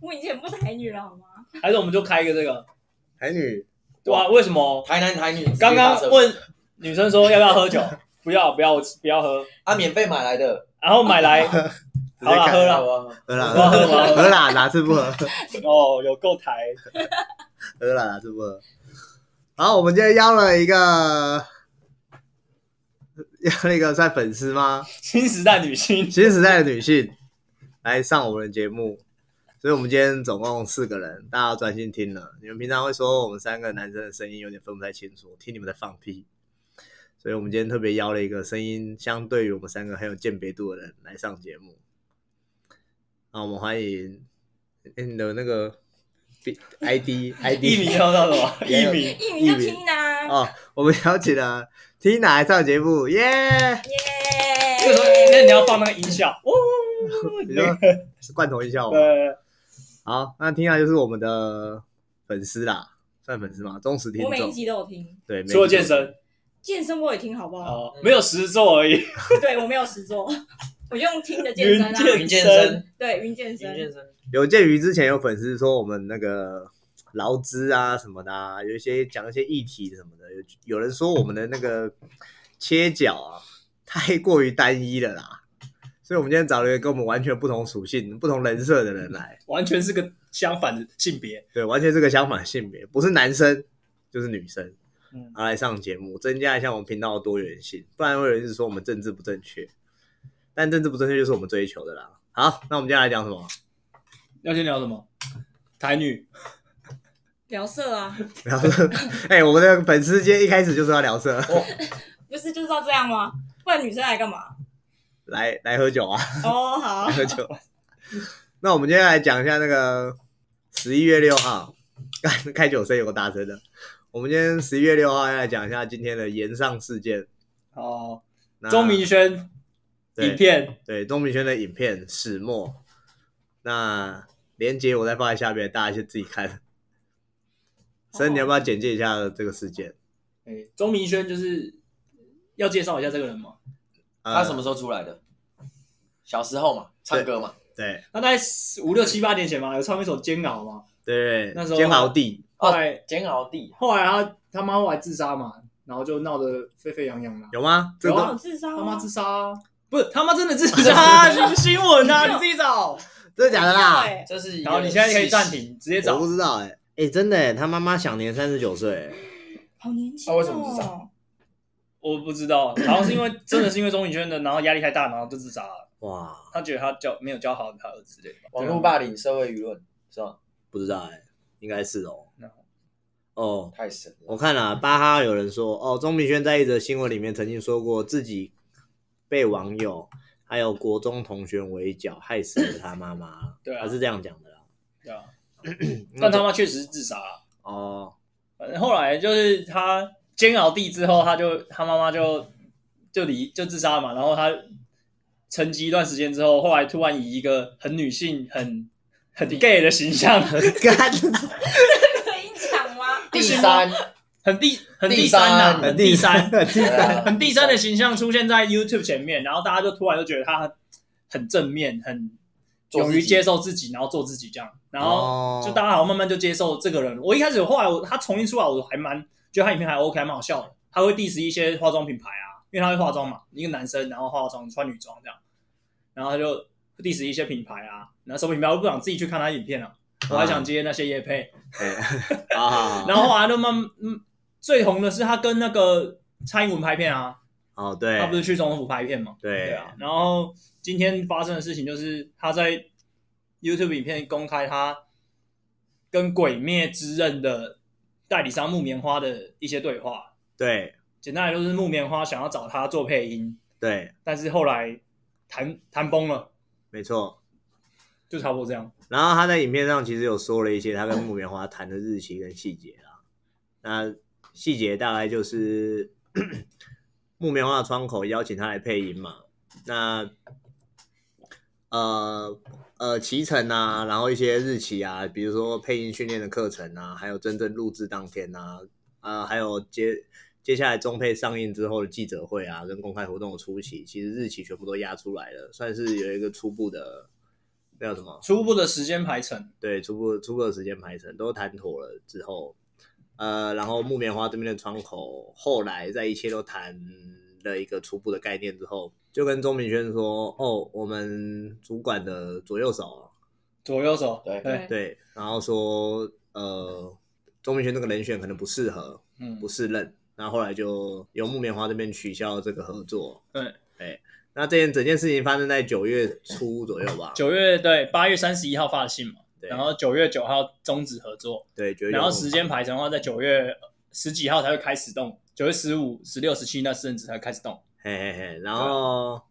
我以前不台女了好吗？还是我们就开一个这个？台女对啊，为什么台男台女刚刚问女生说要不要喝酒？ 不要不要我不要喝，啊，免费买来的，然后买 来直好接啦看喝啦好吧？喝我要啦喝吗？喝啦，哪次不喝？ 哦，有够台，喝啦，哪次不喝？好，我们今天邀了一个，邀了一个算粉丝吗？新时代女 性，新时代的女性来上我们的节目，所以我们今天总共四个人，大家要专心听了。你们平常会说我们三个男生的声音有点分不太清楚，我听你们在放屁，所以我们今天特别邀了一个声音相对于我们三个很有鉴别度的人来上节目。那我们欢迎、诶你的那个 B- ID ID 艺名叫做什 么？也艺有名艺名叫艺名 Tina，哦，我们邀请了 Tina 来上节目，耶、这个时候那耶！你要放那个音效，哦，你那说个是罐头音效吗？对，好，那听来就是我们的粉丝啦，算粉丝吗？忠实听我每一众，集都有听，对，每一除了集健身健身我也听，好不好？哦，没有实做而已，对我没有实做，我用听的健云身啊，健云健身，对云健云身，健身，有鉴于之前有粉丝说我们那个劳资啊什么的、啊，有一些讲一些议题什么的，有有人说我们的那个切角啊太过于单一了啦，所以我们今天找了一个跟我们完全不同属性、不同人设的人来，完全是个相反的性别，对，完全是个相反性别，不是男生就是女生，嗯，拿来上节目，增加一下我们频道的多元性，不然会有人一直说我们政治不正确，但政治不正确就是我们追求的啦。好，那我们接下来讲什么？要先聊什么？台女，聊色啊，聊色？哎、我们的粉丝今天一开始就是要聊色，不是就是要这样吗？不然女生来干嘛？来来喝酒啊，哦，好来，喝酒。那我们接下来讲一下那个十一月六号，干开酒声有个大声的。我们今天十一月六号要来讲一下今天的延上事件。哦，那钟明轩对影片，对钟明轩的影片《始末》，那连接我再放在下面，大家去自己看。所以你要不要简介一下这个事件？哎，钟明轩就是要介绍一下这个人嘛，呃他什么？时候出来的？小时候嘛，唱歌嘛，呃对他大概五六七八年前嘛，有唱一首《煎熬》嘛，对，那时候煎熬地，后来煎熬地，后来他他妈后来自杀嘛，然后就闹得沸沸扬扬了。有吗？这有我个啊有智商他啊，妈自杀、啊，不是他妈真的自杀、 啊，什么新闻啊？你自己找。真的假的不知道啦？欸这是一个然后你现在可以事暂实。停，直接我找不。知道哎哎，真的哎，他妈妈享年三十九岁欸好年轻哦。那为什么智商哦我不知道，好像是因为真的是因为钟宇轩的，然后压力太大，然后就自杀 了。哇，他觉得他教没有教好他儿子之类的吧。网络霸凌、社会舆论是吧？不知道哎，应该是哦然后。哦，太神了，我看了、巴哈有人说，哦，钟明轩在一则新闻里面曾经说过自己被网友还有国中同学围剿，害死了他妈妈。对啊他是这样讲的啦。对啊，但他妈确实是自杀啊、哦，反正后来就是他煎熬地之后，他就他妈妈就就离就自杀嘛，然后他沉寂一段时间之后，后来突然以一个很女性、很很 gay 的形象， 干，可以讲吗？第三，很第很第三呐、第很第三，三呃第对三，啊 很第三的形象出现在 YouTube 前面，然后大家就突然就觉得他很正面，很做勇自己于接受自己，然后做自己这样，然后哦就大家好像慢慢就接受这个人。我一开始后来我他重新出来，我还蛮觉得他影片还 OK，还蛮好笑的。他会 diss 一些化妆品牌啊，因为他会化妆嘛，一个男生然后化妆穿女装这样，然后他就 diss 一些品牌啊，然后什么品牌我不想自己去看他影片了、啊我还想接那些夜配。哎好好好然后后来就慢慢嗯，最红的是他跟那个蔡英文拍片啊，哦，对，他不是去总统府拍片嘛？对对啊，，然后今天发生的事情就是他在 YouTube 影片公开他跟《鬼灭之刃》的代理商木棉花的一些对话。对简单来说，就是木棉花想要找他做配音，对，但是后来谈谈崩了，没错。就差不多这样。然后他在影片上其实有说了一些他跟木棉花谈的日期跟细节啦。那细节大概就是 木棉花的窗口邀请他来配音嘛。那呃呃，脐橙啊，然后一些日期啊，比如说配音训练的课程啊，还有真正录制当天啊，啊、还有接接下来中配上映之后的记者会啊，跟公开活动的出席，其实日期全部都压出来了，算是有一个初步的那叫什么？初步的时间排程，对，初步初步的时间排程都谈妥了之后，呃，然后木棉花这边的窗口，后来在一切都谈了一个初步的概念之后，就跟钟明轩说，哦，我们主管的左右手，左右手，对对，对，然后说，呃，钟明轩这个人选可能不适合，嗯不，适任，然后后来就由木棉花这边取消这个合作。对，对，那这件整件事情发生在九月初左右吧？九月对八月三十一号发的信嘛，对然后九月九号终止合作，对，九月然后九时间排程的话，在九月十几号才会开始动，九月十五、十六、十七那阵子才开始动。嘿嘿嘿，然后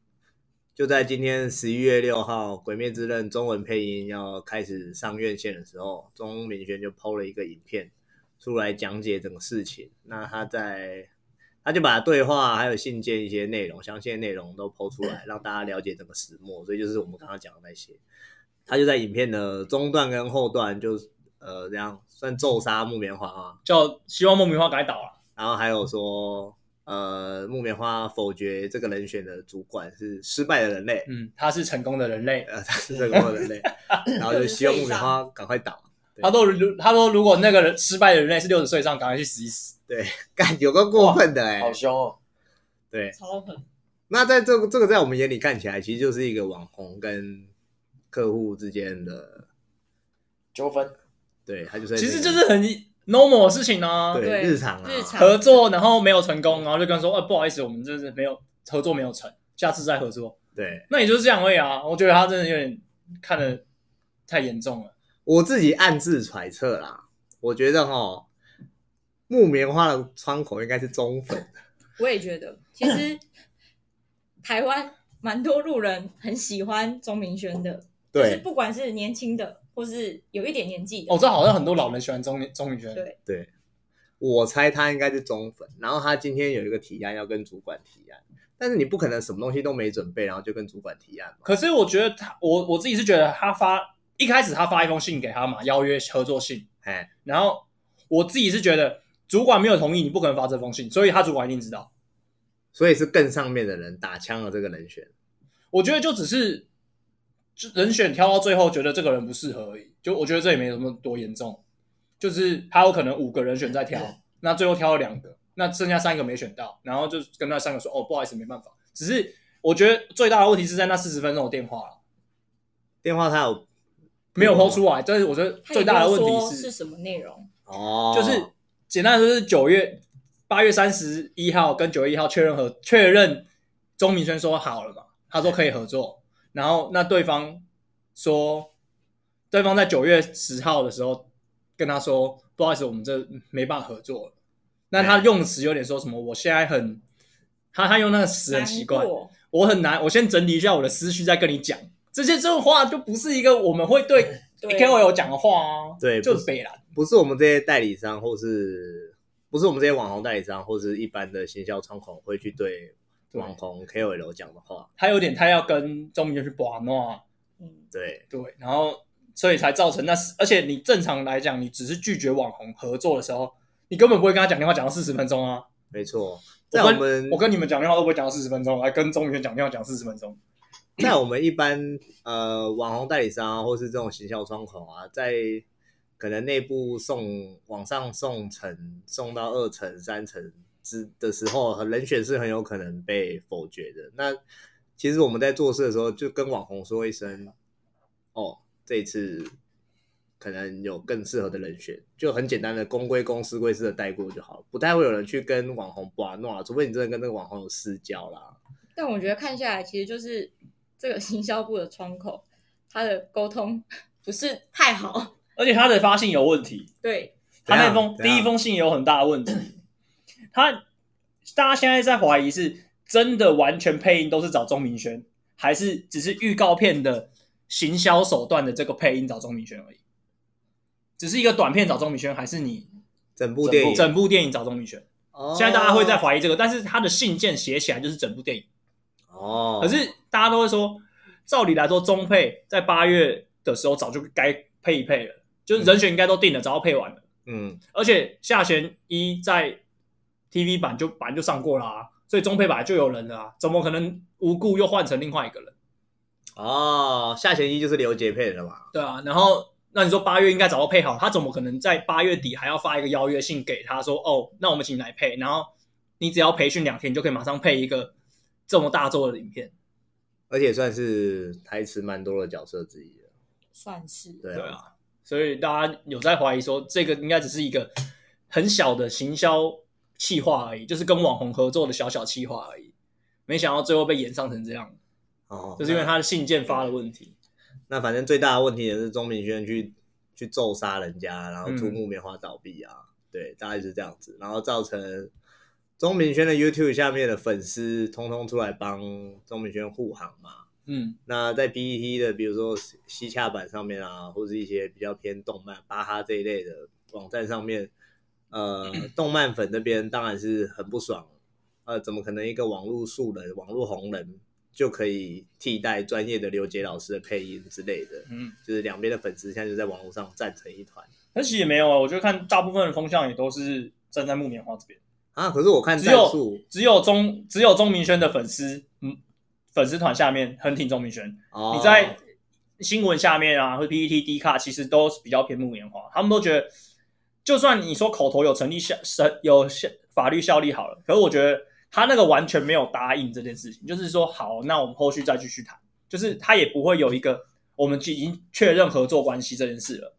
就在今天十一月六号，《鬼灭之刃》中文配音要开始上院线的时候，钟明轩就 PO 了一个影片出来讲解整个事情。那他在他就把对话还有信件一些内容、详细的内容都 PO 出来，让大家了解整个始末。所以就是我们刚刚讲的那些，他就在影片的中段跟后段就呃这样算咒杀木棉花啊，就希望梦明花改倒了。然后还有说，呃，木棉花否决这个人选的主管是失败的人类，嗯，他是成功的人类，呃，他是这个人类，然后就希望木棉花赶快倒。对他都如他说如果那个人失败的人类是六十岁以上，赶快去死一死。干，有个过分的哎、好凶哦，对。超狠，那在这个这个在我们眼里看起来，其实就是一个网红跟客户之间的，纠纷，对，他就是在其实那个就是很 normal 的事情啊，对对日常啊，日常合作然后没有成功，然后就跟他说，呃，不好意思，我们就是没有合作没有成，下次再合作。对那也就是这样而已啊。我觉得他真的有点看的太严重了。我自己暗自揣测啦，我觉得哈，木棉花的窗口应该是中粉，我也觉得，其实台湾蛮多路人很喜欢钟明轩的，就是对不管是年轻的或是有一点年纪的，哦，这好像很多老人喜欢钟钟宇轩，对对，我猜他应该是中粉，然后他今天有一个提案要跟主管提案，但是你不可能什么东西都没准备，然后就跟主管提案嘛。可是我觉得他，我我自己是觉得他发一开始他发一封信给他嘛，邀约合作信，哎，然后我自己是觉得主管没有同意，你不可能发这封信，所以他主管一定知道。所以是更上面的人打枪了这个人选。我觉得就只是就人选挑到最后，觉得这个人不适合而已。就我觉得这也没什么多严重，就是他有可能五个人选在挑，那最后挑了两个，那剩下三个没选到，然后就跟那三个说：“哦，不好意思，没办法。”只是我觉得最大的问题是在那四十分钟的电话了，电话他有没有抛出来。但是我觉得啊他也最大的没有问说题是什么内容，哦，就是简单的说是九月八月三十一号跟九月一号确认合确认，钟明轩说好了嘛，他说可以合作，然后那对方说，对方在九月十号的时候跟他说，不好意思，我们这没办法合作了。那他用词有点说什么，我现在很，他他用那个词很奇怪难，过我很难，我先整理一下我的思绪再跟你讲。这些这种话就不是一个我们会对对 KOL 讲的话啊，对就不是北兰。不是我们这些代理商，或是不是我们这些网红代理商，或是一般的行销窗口会去对对网红 KOL 讲的话。他有点太要跟钟明轩去把闹，啊嗯，对对，然后所以才造成那四，而且你正常来讲，你只是拒绝网红合作的时候，你根本不会跟他讲电话讲到四十分钟啊。没错，在我我跟们我跟你们讲电话都不会讲到四十分钟，我还跟钟明轩讲电话讲四十分钟。在我们一般呃网红代理商啊，或是这种行销窗口啊，在可能内部送往上送层，送到二层、三层之的时候，人选是很有可能被否决的。那其实我们在做事的时候，就跟网红说一声，哦，这一次可能有更适合的人选，就很简单的公归公，私归私的带过就好了，不太会有人去跟网红把闹，除非你真的跟那个网红有私交啦。但我觉得看下来，其实就是这个行销部的窗口，他的沟通不是太好，而且他的发信有问题，对，他怎那样封怎样第一封信也有很大的问题。他大家现在在怀疑是真的完全配音都是找钟明轩，还是只是预告片的行销手段的这个配音找钟明轩而已？只是一个短片找钟明轩，还是你整部电影，整部电影找钟明轩？哦现在大家会在怀疑这个，但是他的信件写起来就是整部电影。哦，可是大家都会说，照理来说，中配在八月的时候早就该配一配了，就是人选应该都定了，早就配完了。嗯，而且下弦一在 TV 版就版就上过啦、所以中配版就有人了、啊，怎么可能无故又换成另外一个人？哦，夏贤一就是刘杰配的嘛，对啊，然后那你说八月应该找到配好，他怎么可能在八月底还要发一个邀约信给他说哦，那我们请你来配，然后你只要培训两天，你就可以马上配一个这么大作的影片。而且算是台词蛮多的角色之一了。算是对对啊，所以大家有在怀疑说，这个应该只是一个很小的行销企划而已，就是跟网红合作的小小企划而已。没想到最后被延上成这样，哦，就是因为他的信件发的问题。那反正最大的问题也是钟明轩去去咒杀人家，然后嗯出木棉花倒闭啊，对，大概是这样子，然后造成钟明轩的 YouTube 下面的粉丝通通出来帮钟明轩护航嘛。嗯，那在 PPT 的，比如说西洽版上面啊，或是一些比较偏动漫、巴哈这一类的网站上面，呃，动漫粉那边当然是很不爽，呃，怎么可能一个网络素人、网络红人就可以替代专业的刘杰老师的配音之类的？嗯，就是两边的粉丝现在就在网络上站成一团但其实也没有啊，我就看大部分的风向也都是站在木棉花这边，啊！可是我看只战有术只有钟只有钟明轩的粉丝，嗯，粉丝团下面很挺钟明轩，哦，你在新闻下面啊，或 PPT、D 卡，其实都是比较偏木棉花，他们都觉得，就算你说口头有成立效审有效法律效力好了，可是我觉得他那个完全没有答应这件事情，就是说好，那我们后续再继续谈，就是他也不会有一个我们已经确认合作关系这件事了。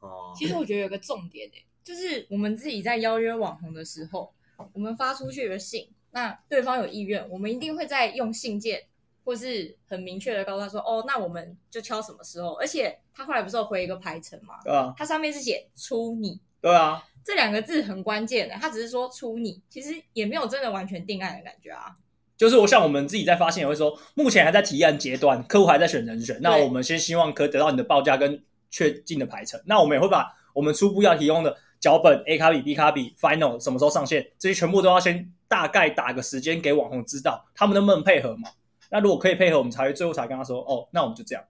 哦，其实我觉得有个重点诶、就是我们自己在邀约网红的时候，我们发出去的信，那对方有意愿，我们一定会在用信件或是很明确的告诉他说，哦，那我们就敲什么时候。而且他后来不是有回一个排程吗？对啊，它上面是写“出你对啊，”这两个字很关键的，他只是说“出你”，其实也没有真的完全定案的感觉啊。就是我像我们自己在发现也会说，目前还在提案阶段，客户还在选人选，那对我们先希望可以得到你的报价跟确定的排程。那我们也会把我们初步要提供的脚本 A 卡比、B 卡比、Final 什么时候上线，这些全部都要先大概打个时间给网红知道，他们能不能配合嘛？那如果可以配合，我们才会最后才跟他说，哦，那我们就这样。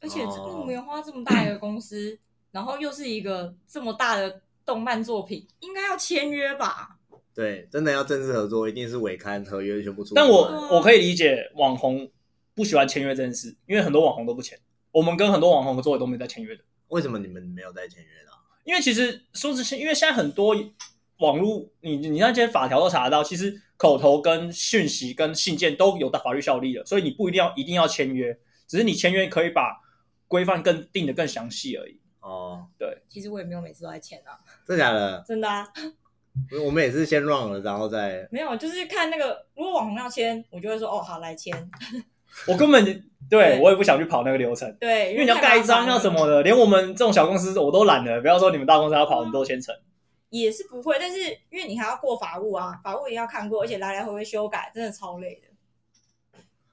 而且这哦木棉花这么大一个公司，然后又是一个这么大的动漫作品，应该要签约吧？对，真的要正式合作，一定是违刊合约全部出来。但我嗯我可以理解网红不喜欢签约这件事，因为很多网红都不签，我们跟很多网红合作也都没在签约的。为什么你们没有在签约呢？因为其实说这些，因为现在很多网络，你你那些法条都查得到，其实口头跟讯息跟信件都有法律效力了，所以你不一定要一定要签约，只是你签约可以把规范更定的更详细而已。哦，其实我也没有每次都在签啊，真假的？真的啊，我们也是先 run 了，然后再没有，就是看那个如果网红要签，我就会说哦好来签，我根本对对我也不想去跑那个流程，对，因为你要盖章要什么的，连我们这种小公司我都懒得，不要说你们大公司要跑很多千层。也是不会，但是因为你还要过法务啊，法务也要看过，而且来来回回修改，真的超累的。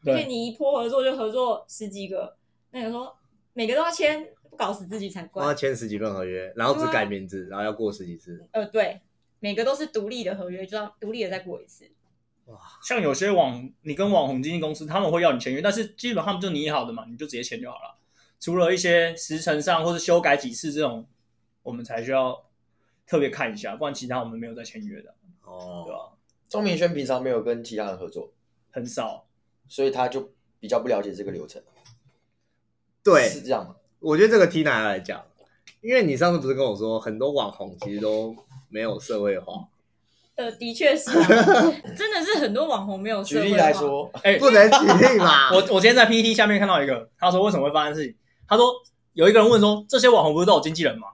所以对，你一波合作就合作十几个，那你说每个都要签，不搞死自己才光要哦怪。签十几份合约，然后只改名啊字，然后要过十几次。呃，对，每个都是独立的合约，就要独立的再过一次。像有些网你跟网红经纪公司他们会要你签约，但是基本上就拟好的嘛，你就直接签就好了。除了一些时程上或是修改几次这种，我们才需要特别看一下，不然其他我们没有在签约的，对啊哦，吧？钟明轩平常没有跟其他人合作，很少，所以他就比较不了解这个流程。是对，这样吗？我觉得这个 Tina 要来讲，因为你上次不是跟我说，很多网红其实都没有社会化，呃，的确是、啊，真的是很多网红没有社举会化例来，说，不能举例 嘛。我我今天在 PPT 下面看到一个，他说为什么会发生事情？他说有一个人问说，这些网红不是都有经纪人吗？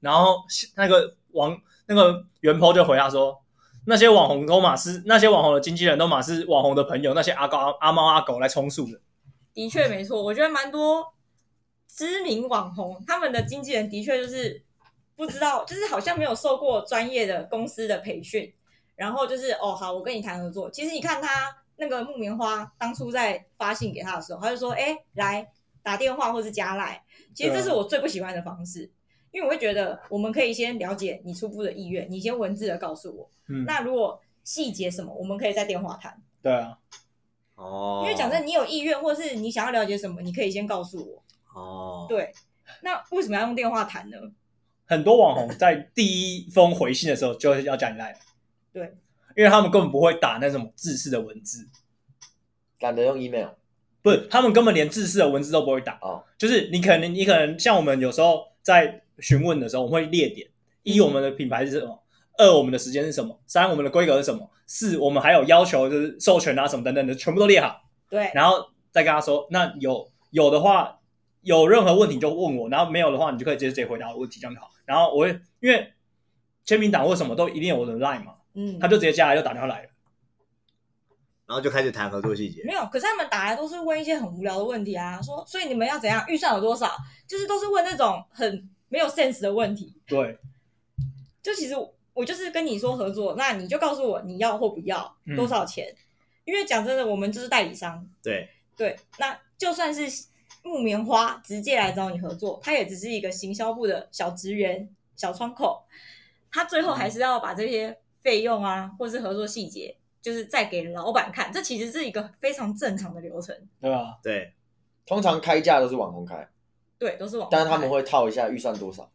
然后那个网那个袁坡就回答说，那些网红都嘛是那些网红的经纪人都嘛是网红的朋友，那些阿高阿猫阿狗来充数的。的确没错。我觉得蛮多知名网红，他们的经纪人的确就是不知道，就是好像没有受过专业的公司的培训，然后就是哦，好，我跟你谈合作。其实你看他那个木棉花当初在发信给他的时候，他就说，哎、来打电话或是加赖。其实这是我最不喜欢的方式。因为我会觉得，我们可以先了解你初步的意愿，你先文字的告诉我。嗯，那如果细节什么，我们可以在电话谈。对啊，哦，因为讲真，你有意愿或是你想要了解什么，你可以先告诉我。哦，对，那为什么要用电话谈呢？很多网红在第一封回信的时候就要加你赖，对，因为他们根本不会打那种自式的文字，懒得用 email，不是他们根本连自式的文字都不会打。哦，就是你可能你可能像我们有时候在询问的时候，我们会列点：一我们的品牌是什么；二我们的时间是什么；三我们的规格是什么；四我们还有要求就是授权啊什么等等的，全部都列好。对，然后再跟他说，那有有的话，有任何问题就问我，然后没有的话，你就可以直接直接回答我问题，这样就好。然后我会因为签名档或什么都一定有我的 line 嘛，嗯，他就直接加来就打电话来了。然后就开始谈合作细节。没有，可是他们打来都是问一些很无聊的问题啊，说所以你们要怎样，预算有多少，就是都是问那种很没有 sense 的问题。对，就其实我就是跟你说合作，那你就告诉我你要或不要嗯多少钱，因为讲真的，我们就是代理商，对，对，那就算是木棉花直接来找你合作，他也只是一个行销部的小职员、小窗口，他最后嗯还是要把这些费用啊，或是合作细节，就是再给老板看，这其实是一个非常正常的流程。对吧？对，通常开价都是网红开，对，都是网红但是他们会套一下预算多少。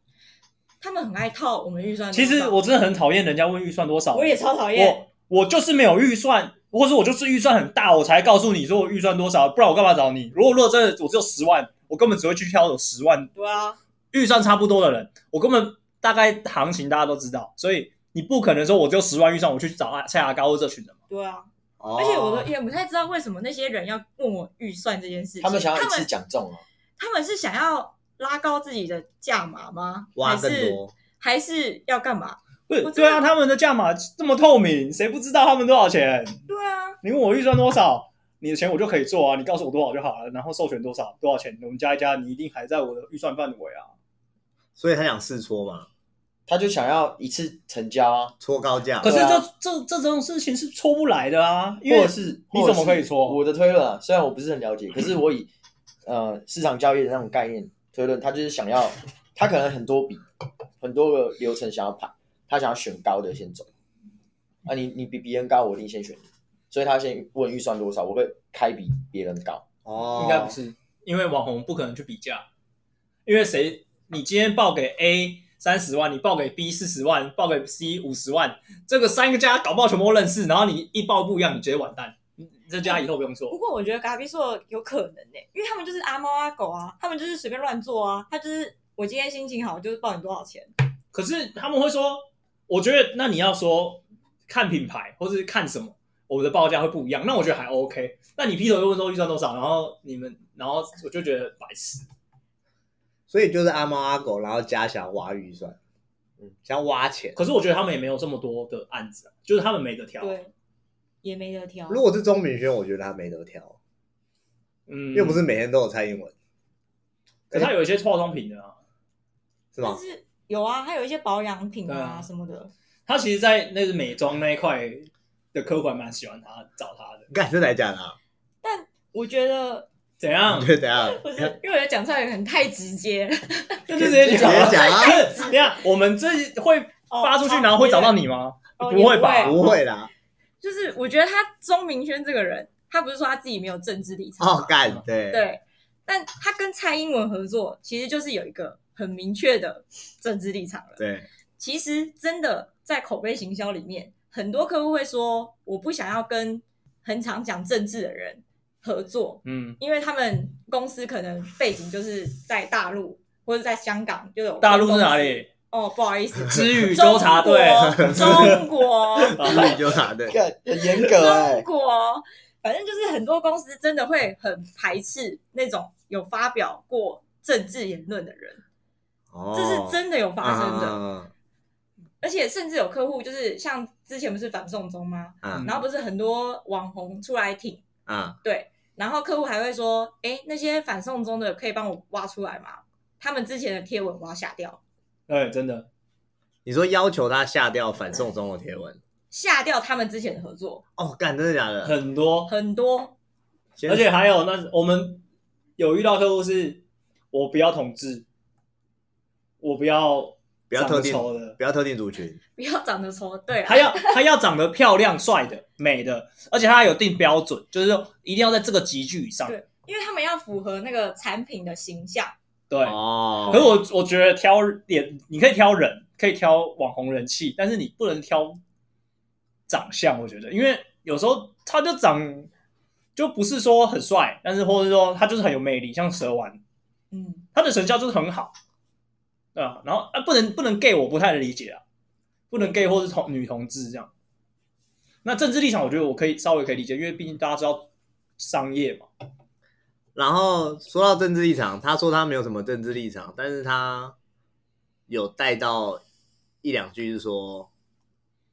他们很爱套我们预算多其少。实我真的很讨厌人家问预算多少，我也超讨厌，我我就是没有预算，或者我就是预算很大，我才告诉你说我预算多少，不然我干嘛找你？如果如果真的我只有十万，我根本只会去挑有十万对啊，预算差不多的人，我根本大概行情大家都知道，所以你不可能说我只有十万预算，我去找蔡雅高或这群人嘛。对啊，哦而且我都也不太知道为什么那些人要问我预算这件事情。他们想要他一次们讲中哦，他们是想要拉高自己的价码吗？挖还更是多，还是要干嘛？不是我，知对道啊，他们的价码这么透明，谁不知道他们多少钱？对啊，你问我预算多少，你的钱我就可以做啊，你告诉我多少就好了，然后授权多少多少钱，我们加一加，你一定还在我的预算范围啊。所以他想试搓嘛，他就想要一次成交啊，搓高价。可是对这、啊这这种事情是戳不来的啊，因或为者是你或者是怎么可以说我的推论啊？虽然我不是很了解，可是我以呃市场交易的那种概念推论，他就是想要，他可能很多笔很多个流程想要排，他想要选高的先走。啊你，你比别人高，我一定先选你，所以他先问预算多少，我会开比别人高。哦，应该不是，因为网红不可能去比价，因为谁你今天报给 A 三十万，你报给 B 四十万，报给 C 五十万，这个三个家搞不好全部都认识，然后你一报不一样，你直接完蛋，你这家以后不用不做。过我觉得 Gabi 说有可能呢、因为他们就是阿猫阿狗啊，他们就是随便乱做啊，他就是我今天心情好就是报你多少钱，可是他们会说，我觉得那你要说看品牌或是看什么，我们的报价会不一样，那我觉得还 OK。那你劈头就问说预算多少，然后你们，然后我就觉得白痴。所以就是阿猫阿狗，然后加想挖预算，嗯，想挖钱。可是我觉得他们也没有这么多的案子啊，就是他们没得挑。对，也没得挑。如果是钟明轩，我觉得他没得挑，嗯，又不是每天都有蔡英文，可是它有一些化妆品的啊，是但吗？是有啊，还有一些保养品对啊啊什么的，它其实，在那个美妆那一块的科管蛮喜欢他找他的。 干真的假的啊？我觉得怎样 你？觉得怎样？不是，因为我觉得讲出来很太直接 了。那 就直接讲 直接讲啊 啊！等一下，我们这会发出去，然后会找到你吗？哦不会吧也不会啦。就是我觉得他钟明轩这个人，他不是说他自己没有政治立场，哦，干对，对，但他跟蔡英文合作，其实就是有一个很明确的政治立场了。对其实真的在口碑行销里面，很多客户会说，我不想要跟很常讲政治的人合作，嗯，因为他们公司可能背景就是在大陆或者在香港就有大陆是哪？里？哦，不好意思， 知语纠察队。啊 中国，中国所以就答对。干很严格哎、中欸国，反正就是很多公司真的会很排斥那种有发表过政治言论的人，哦，啊这是真的有发生的。的。而且甚至有客户就是像之前不是反送中吗？嗯然后不是很多网红出来挺，啊，然后客户还会说：“哎，那些反送中的可以帮我挖出来吗？他们之前的贴文我要下掉，对，哎真的，你说要求他下掉反送中的贴文？下掉他们之前的合作哦，干真的假的？很多，很多。先而且还有那我们有遇到客户是，我不要统治，我不要不要特定长得丑的，不要特定族群，不要长得丑，对啊他要他要长得漂亮、帅的、美的，而且他还有定标准，就是说一定要在这个集距以上。对因为他们要符合那个产品的形象。”对，哦，可是我我觉得挑脸，你可以挑人，可以挑网红人气，但是你不能挑长相。我觉得，因为有时候他就长就不是说很帅，但是或者是说他就是很有魅力，像蛇丸，嗯，他的成效就是很好，对啊，然后啊，不能不能 gay 我不太能理解啊，不能 gay 或是同女同志这样。那政治立场，我觉得我可以稍微可以理解，因为毕竟大家知道商业嘛，然后说到政治立场，他说他没有什么政治立场，但是他有带到一两句是说，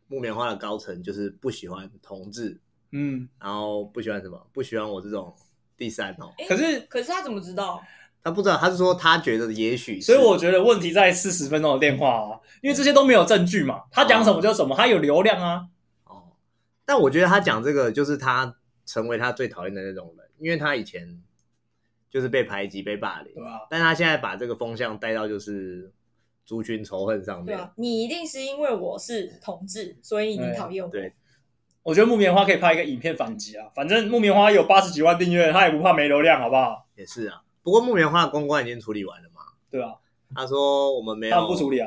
木棉花的高层就是不喜欢同志，嗯。然后不喜欢什么，不喜欢我这种第三哦。可是，可是他怎么知道？他不知道，他是说他觉得也许是，所以我觉得问题在四十分钟的电话啊，因为这些都没有证据嘛，他讲什么就是什么，他有流量啊，哦，但我觉得他讲这个就是他成为他最讨厌的那种人，因为他以前就是被排挤、被霸凌对，吧、但他现在把这个风向带到就是族群仇恨上对面。啊，你一定是因为我是同志，所以你讨厌我。对我觉得木棉花可以拍一个影片反击啊，反正木棉花有八十几万订阅，他也不怕没流量，好不好？也是啊。不过木棉花的公关已经处理完了嘛？对吧、他说我们没他们有不处理啊，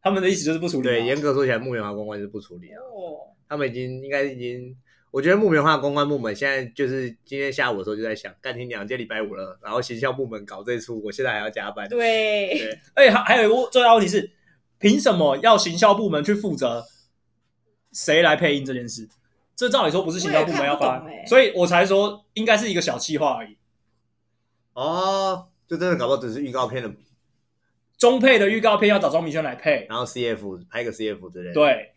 他们的意思就是不处理、啊。对，严格说起来，木棉花公关是不处理啊。哦，他们已经应该已经，我觉得木棉花公关部门现在就是今天下午的时候就在想，干你娘，今天礼拜五了，然后行销部门搞这一出，我现在还要加班。对， 而哎且还还有一个最大问题是，凭什么要行销部门去负责谁来配音这件事？这照理说不是行销部门要我也看发不懂，欸所以我才说应该是一个小企划而已。哦，就真的搞不好只是预告片的，中配的预告片要找庄明轩来配，然后 CF 拍个 CF 之类的。，对，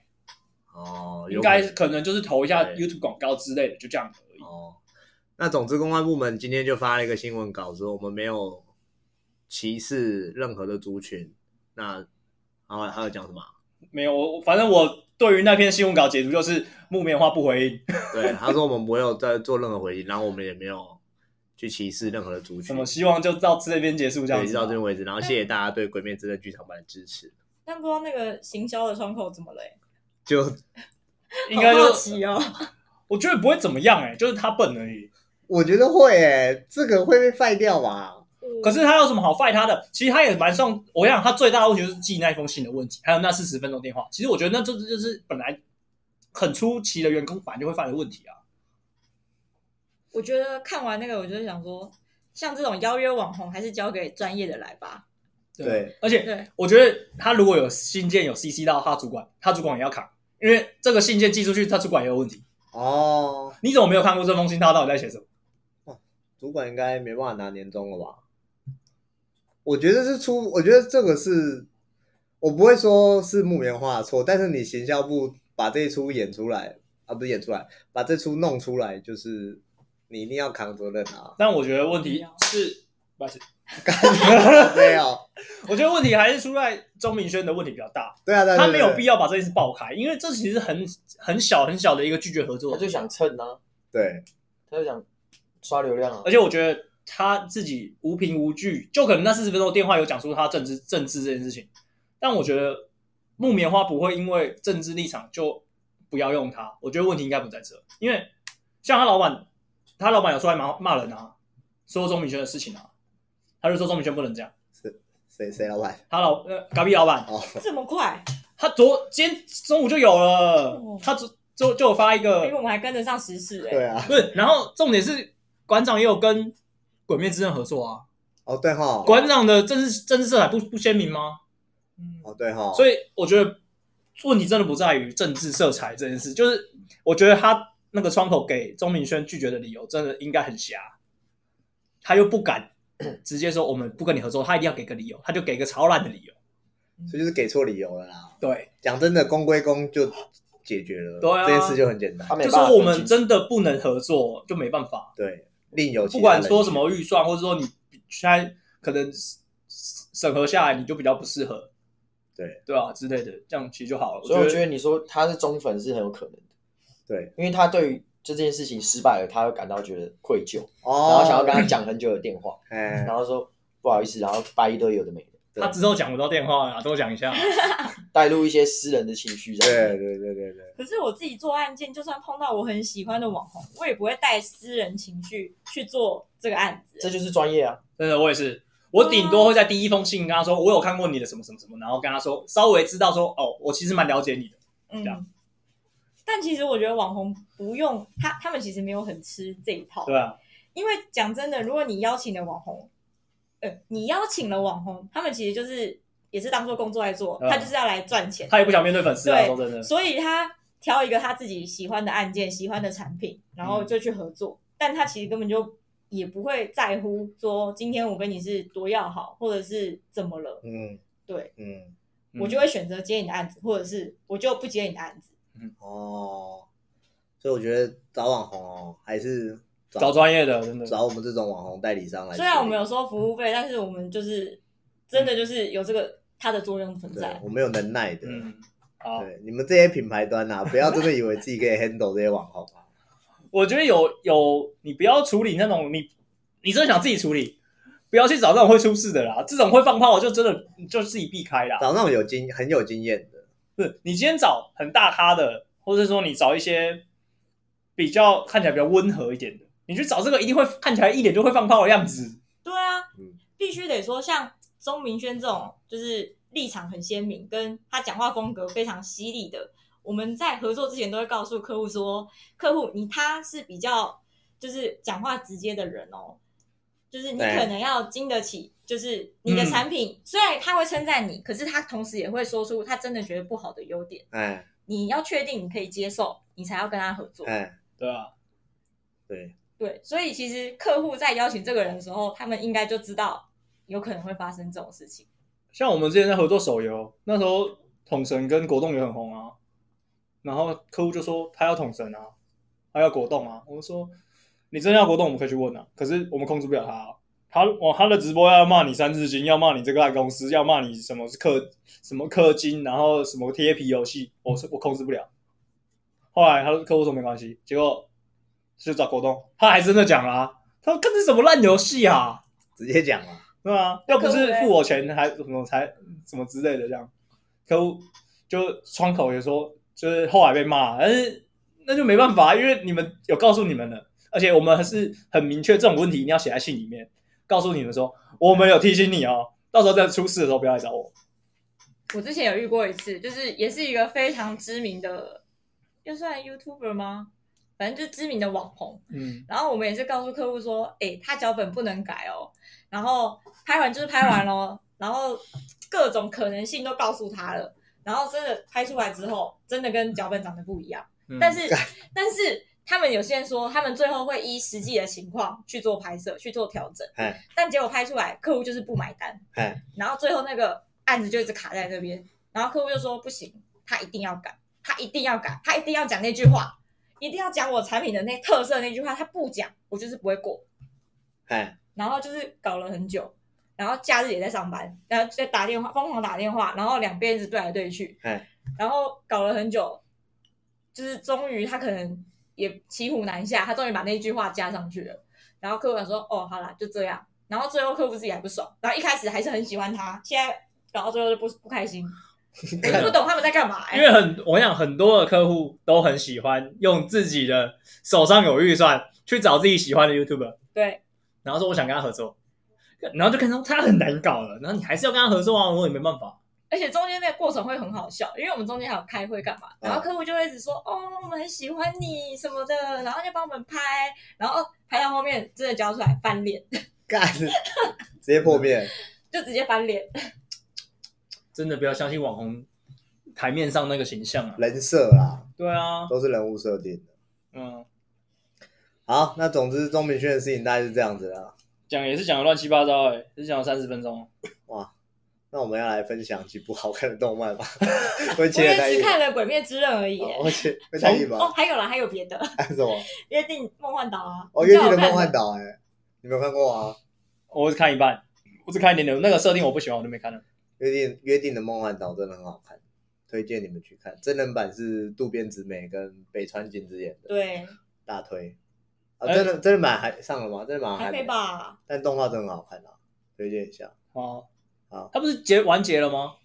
哦，有应该可能可能就是投一下对 YouTube 广告之类的，就这样而已。哦。那总之，公关部门今天就发了一个新闻稿，说我们没有歧视任何的族群。那然后还有讲什么？没有，我反正我对于那篇新闻稿解读就是木棉花不回应，对，他说我们没有在做任何回应，然后我们也没有去歧视任何的族什群么。希望就到这边结束这样对，子到吧这。边为止，然后谢谢大家对《鬼灭之刃》剧场版的支持。但不知道那个行销的窗口怎么了、欸，就应该好好就奇哦。我觉得不会怎么样哎、就是他笨而已。我觉得会诶，这个会被废掉吧？可是他有什么好 fight 他的？其实他也蛮算，我想他最大的问题就是寄那封信的问题，还有那四十分钟电话。其实我觉得那这就是本来很出奇的员工版就会犯的问题啊。 我觉得看完那个，我就想说，像这种邀约网红，还是交给专业的来吧。吧对，而且对，我觉得他如果有信件有 CC 到他主管，他主管也要扛，因为这个信件寄出去，他主管也有问题。哦，你怎么没有看过这封信？他到底在写什么？！主管应该没办法拿年终了吧？我觉得是出，我觉得这个是，我不会说是木棉花的错，但是你行销部把这一出演出来啊，不是演出来，把这出弄出来，就是你一定要扛责任啊 但我觉得问题是，不好意思没有，啊我觉得问题还是出在钟明轩的问题比较大，对啊，对啊他没有必要，要把这件事爆开，因为这其实很很小很小的一个拒绝合作他。就想蹭啊，对他就想刷流量啊而。且我觉得他自己无凭无据，就可能那四十分钟的电话有讲出他政治政治这件事情，但我觉得木棉花不会因为政治立场就不要用他，我觉得问题应该不在这，因为像他老板，他老板有出来骂骂人啊，说钟明轩的事情啊，他就说钟明轩不能这样，谁谁老板他老呃隔壁老板哦，这么快，他昨今天中午就有了哦，哎他昨就就有发一因为个我们还跟得上时事哎、对啊，不是，然后重点是馆长也有跟《鬼灭之刃》合作啊。哦对哈，馆长的政治政治色彩不不鲜明吗？嗯，哦对哈，所以以我觉得问题真的不在于政治色彩这件事，就是我觉得他那个窗口给钟明轩拒绝的理由真的应该很瞎，他又不敢 直接说我们不跟你合作，他一定要给个理由，他就给个超烂的理由。所以就是给错理由了啦。对，讲真的，公归公就解决了，对啊这件事就很简单他，没就办法说我们分清真的不能合作，就没办法。对，另有其不他管人说什么预算，或者说你现在可能审核下来你就比较不适合，对对啊之类的，这样其实就好了。所以我觉得你说他是忠粉是很有可能的，对因为他对于这件事情失败了，他会感到觉得愧疚，然哦，后想要跟他讲很久的电话，哎然后说不好意思，然后掰一堆有的没的，他之后讲不到电话了，多讲一 下。啊带入一些私人的情绪在里对面。对对对对，可是我自己做案件，就算碰到我很喜欢的网红，我也不会带私人情绪去做这个案子。这就是专业啊，真的，我也是，我顶多会在第一封信跟他说，我有看过你的什么什么什么，然后跟他说稍微知道说，哦，我其实蛮了解你的，这样嗯，但其实我觉得网红不用他，他们其实没有很吃这一套，对啊，因为讲真的，如果你邀请了网红，呃，你邀请了网红，他们其实就是也是当做工作来做，嗯他就是要来赚钱，他也不想面对粉丝啊，对说真的，所以他挑一个他自己喜欢的案件、喜欢的产品，然嗯后就去合作。但他其实根本就也不会在乎说今天我跟你是多要好，或者是怎么了，嗯，对，嗯，嗯我就会选择接你的案子，或者是我就不接你的案子。哦，所以我觉得找网红哦，还是找专业的，真的，找我们这种网红代理商来处理。虽然我们有收服务费，但是我们就是真的就是有这个它的作用存对在，。我们有能耐的。嗯，好，对，你们这些品牌端啊，不要真的以为自己可以 handle 这些网红啊。我觉得有有，你不要处理那种你你真的想自己处理，不要去找那种会出事的啦，这种会放炮就真的你就自己避开啦。找那种有经很有经验的，不是，你今天找很大咖的，或者说你找一些比较看起来比较温和一点的，你去找这个一定会看起来一脸就会放炮的样子。对啊嗯，必须得说，像钟明轩这种就是立场很鲜明，跟他讲话风格非常犀利的，我们在合作之前都会告诉客户说，客户你他是比较就是讲话直接的人哦，就是你对可能要经得起，就是你的产品、虽然他会称赞你，可是他同时也会说出他真的觉得不好的优点，哎你要确定你可以接受，你才要跟他合作。哎，对啊，对，对，所以其实客户在邀请这个人的时候，他们应该就知道有可能会发生这种事情。像我们之前在合作手游，那时候统神跟果冻也很红啊，然后客户就说他要统神啊，他要果冻啊，我们说你真的要果冻，我们可以去问啊，可是我们控制不了他、啊。他哦，他的直播要骂你三字经，要骂你这个爱公司，要骂你什么是氪什么氪金，然后什么贴皮游戏，我是我控制不了。后来他的客户说没关系，结果就找果冻，他还真的讲啦、他说跟这什么烂游戏啊，直接讲啊，对啊，要不是付我钱，还怎么才怎么之类的这样，客户就窗口也说，就是后来被骂，但是那就没办法，因为你们有告诉你们了，而且我们还是很明确这种问题一定要写在信里面，告诉你们说我们有提醒你哦，到时候再出事的时候不要来找我。我之前有遇过一次，就是也是一个非常知名的，就算 YouTuber 吗？反正就是知名的网红。嗯，然后我们也是告诉客户说，诶，他脚本不能改哦。然后拍完就是拍完咯，然后各种可能性都告诉他了。然后真的拍出来之后，真的跟脚本长得不一样。嗯但是但是他们有些人说，他们最后会依实际的情况去做拍摄，去做调整哎。但结果拍出来，客户就是不买单哎。然后最后那个案子就一直卡在那边，然后客户就说不行，他一定要改，他一定要改，他一定要讲那句话，一定要讲我产品的那特色那句话，他不讲，我就是不会过。哎，然后就是搞了很久，然后假日也在上班，然后在打电话，疯狂打电话，然后两边一直对来对去哎，然后搞了很久，就是终于他可能也骑虎难下，他终于把那句话加上去了，然后客户想说，哦，好啦，就这样，然后最后客户自己还不爽，然后一开始还是很喜欢他，现在搞到最后就不不开 心，我就不懂他们在干嘛、因欸，为很，我想很多的客户都很喜欢用自己的手上有预算去找自己喜欢的 YouTuber，对，然后说我想跟他合作，然后就看到他很难搞了，然后你还是要跟他合作啊，我也没办法。而且中间那个过程会很好笑，因为我们中间还有开会干嘛，嗯然后客户就会一直说、哦，我们很喜欢你什么的，然后就帮我们拍，然后拍到后面真的交出来翻脸， 干，直接破灭，就直接翻脸。真的不要相信网红台面上那个形象啊。人设啦，对啊，都是人物设定的。嗯，好，那总之钟明轩的事情大概是这样子啦。讲也是讲的乱七八糟、欸，哎，只讲了三十分钟。那我们要来分享几部好看的动漫吧。我我切也了太一只，看了《鬼灭之刃》而已耶。哦我切会太一哦，吧？还有啦，还有别的《看什么？约定梦幻岛》啊，哦，《你月知道地我的看梦幻岛》哎，你没有看过啊？我只看一半，我只看一点点，那个设定我不喜欢，我就没看了。约定约定的梦幻岛真的很好看，推荐你们去看。真人版是渡边直美跟北川景子演的，对，大推。啊，哎真人真人版哦还上了吗？真人版还没没？吧？但动画真的很好看啊，推荐一下。哦，好他不是结完结了吗？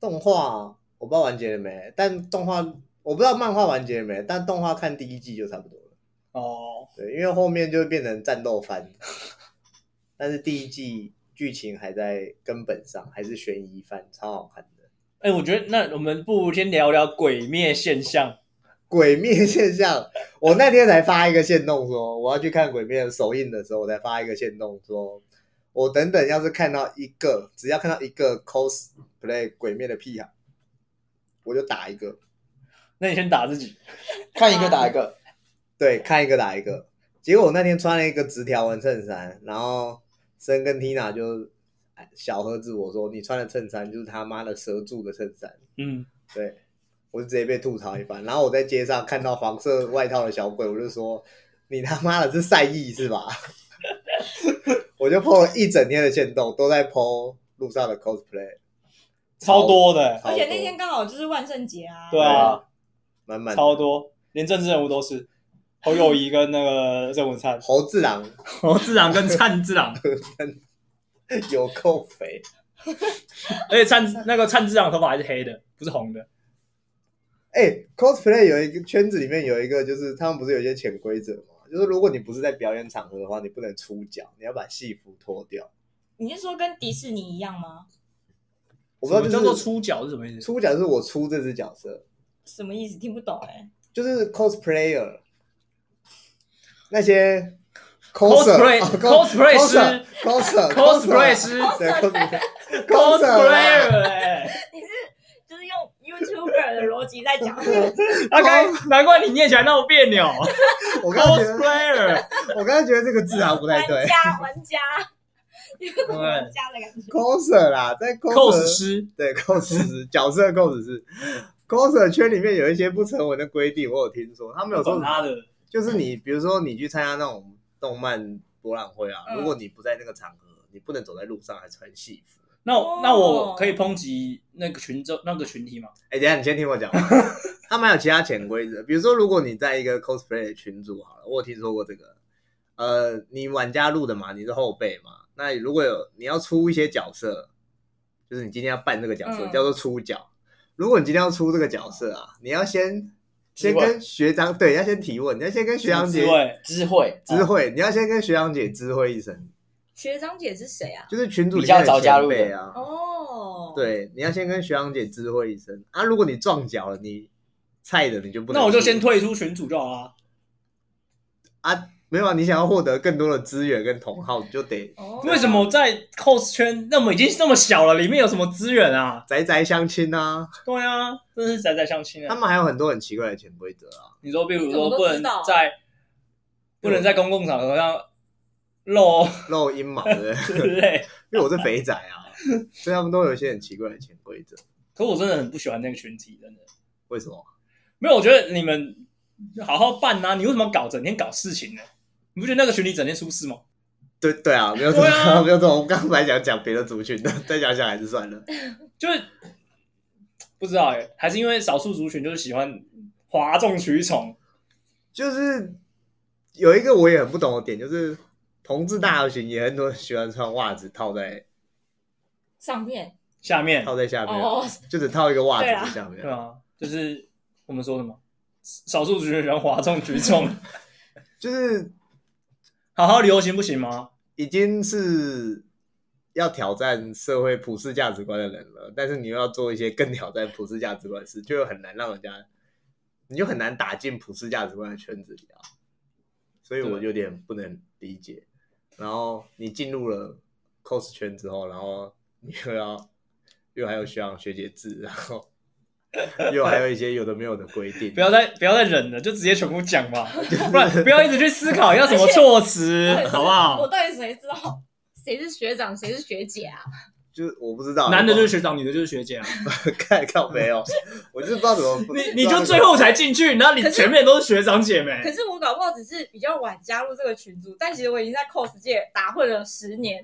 动画我不知道完结了没，但动画我不知道漫画完结了没，但动画看第一季就差不多了。哦，对，因为后面就会变成战斗番， 但是第一季剧情还在根本上，还是悬疑番，超好看的。哎、我觉得那我们不如先聊聊鬼灭现象。鬼灭现象，我那天才发一个线动说我要去看鬼灭的首映的时候，我才发一个线动说，我等等要是看到一个，只要看到一个 cosplay 鬼灭的屁孩，我就打一个，那你先打自己，看一个打一个，对，看一个打一个。结果我那天穿了一个直条纹衬衫，然后森跟 Tina 就哎小盒子我说你穿的衬衫就是他妈的蛇柱的衬衫，嗯，对，我就直接被吐槽一番。然后我在街上看到黄色外套的小鬼，我就说：“你他妈的是赛义是吧？” 我就 PO 了一整天的限动，都在 PO 路上的 cosplay，超多的，欸超而且那多天刚好就是万圣节啊，对啊，满满的，超多，连政治人物都是侯友谊跟那个郑文灿侯志郎 侯志朗跟灿志朗，有够肥，而且灿那个灿志朗头发还是黑的，不是红的。哎、c o s p l a y 有一个圈子里面有一个，就是他们不是有一些潜规则吗？就是如果你不是在表演场合的话，你不能出脚，你要把戏服脱掉。你是说跟迪士尼一样吗？我不知道什么就是叫做出脚是什么意思？出脚，是我出这只角色，什么意思？听不懂哎、就是 cosplayer 那些哦 Cosplay- cosplay 师 coser cosplay 师对 cosplay cosplayer， coser 哎就是用 YouTuber 的逻辑在 讲。大概啊难怪你念起来那么别扭。 我刚刚觉得 cosplayer，我刚刚觉得这个字啊不太玩对家，玩家，有种玩家的感觉。 coser 啦，在 cos coser 师，对 cos 师角色 cos 师 coser 圈里面有一些不成文的规定，我有听说，他们有懂说他哦的，就是你比如说你去参加那种动漫博览会啊，嗯如果你不在那个场合，你不能走在路上还穿戏服。那我那我哦可以抨击那个群众那个群体吗？哎、等一下你先听我讲完。他们还有其他潜规则，比如说，如果你在一个 cosplay 的群组好了，我有听说过这个。呃，你玩家录的嘛，你是后辈嘛，那如果有你要出一些角色，就是你今天要扮这个角色，嗯叫做出角。如果你今天要出这个角色啊，你要先先提问跟学长对，要先提问，你要先跟学长姐什么滋味智慧知会，你要先跟学长姐知会一声，学长姐是谁啊？就是群主比较早加入的嗯啊。哦，，对，你要先跟学长姐知会一声啊。如果你撞脚了，你菜的你就不能那我就进先退出群组就好啦。啊，没有啊，你想要获得更多的资源跟同好，你就得哦，为什么在 cos 圈那么已经那么小了，里面有什么资源啊？宅宅相亲啊。对啊，真是宅宅相亲他啊！们还有很多很奇怪的潜规则啊，你说，比如这我说都不知能道啊在不能在公共场合上露露阴毛的，之类， 因为我是肥仔啊，所以他们都有一些很奇怪的潜规则。可我真的很不喜欢那个群体，真的为什么？没有。我觉得你们好好办啊，你为什么搞整天搞事情呢？你不觉得那个群体整天出事吗？对对啊，没有这种，对啊没有这种。我刚才想讲别的族群的，再想想还是算了。就是不知道哎、还是因为少数族群就是喜欢哗众取宠，就是有一个我也很不懂的点，就是同志大游行也很多人喜欢穿袜子套在上面？下面套在下面 啊，哦，就只套一个袜子对啊在下面对啊。啊，就是我们说什么，少数族群人哗众取宠，就是好好流行不行吗？已经是要挑战社会普世价值观的人了，但是你又要做一些更挑战普世价值观的事，就很难让人家，你就很难打进普世价值观的圈子里啊。所以我对有点不能理解。然后你进入了 cos 圈之后，然后你又要又还有学长学姐制，然后又还有一些有的没有的规定不。要再不要再忍了，就直接全部讲吧， 不然不要一直去思考要什么措辞，好不我好？到底谁知道谁是学长，谁是学姐啊？就是我不知道，男的就是学长，女的就是学姐啊！看看没有，我就是不知道怎么。你你就最后才进去，然后你可是前面都是学长姐妹，可是我搞不好只是比较晚加入这个群组，但其实我已经在 cos 界打混了十年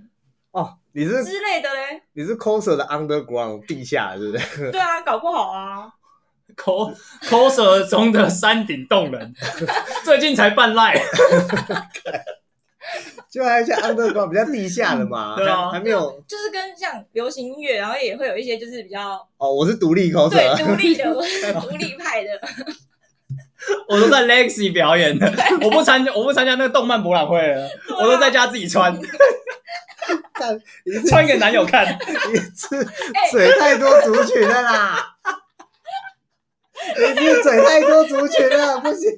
哦，你是之类的嘞。你是 coser 的 underground 地下，对不对？嗯对啊，搞不好啊。口口舌中的山顶洞人， 最近才办赖，就还有一些 underground 比较地下的嘛，对啊还还没有就是跟像流行音乐，然后也会有一些就是比较哦，我是独立对啊 coser，独立的，我是独立派的，我都在 Lexi 表演 的，我不参加，我不参加那个动漫博览会了，啊我都在家自己穿， 干你这穿给男友看。你这哎嘴太多族群 了啦！你这嘴太多族群了，不行。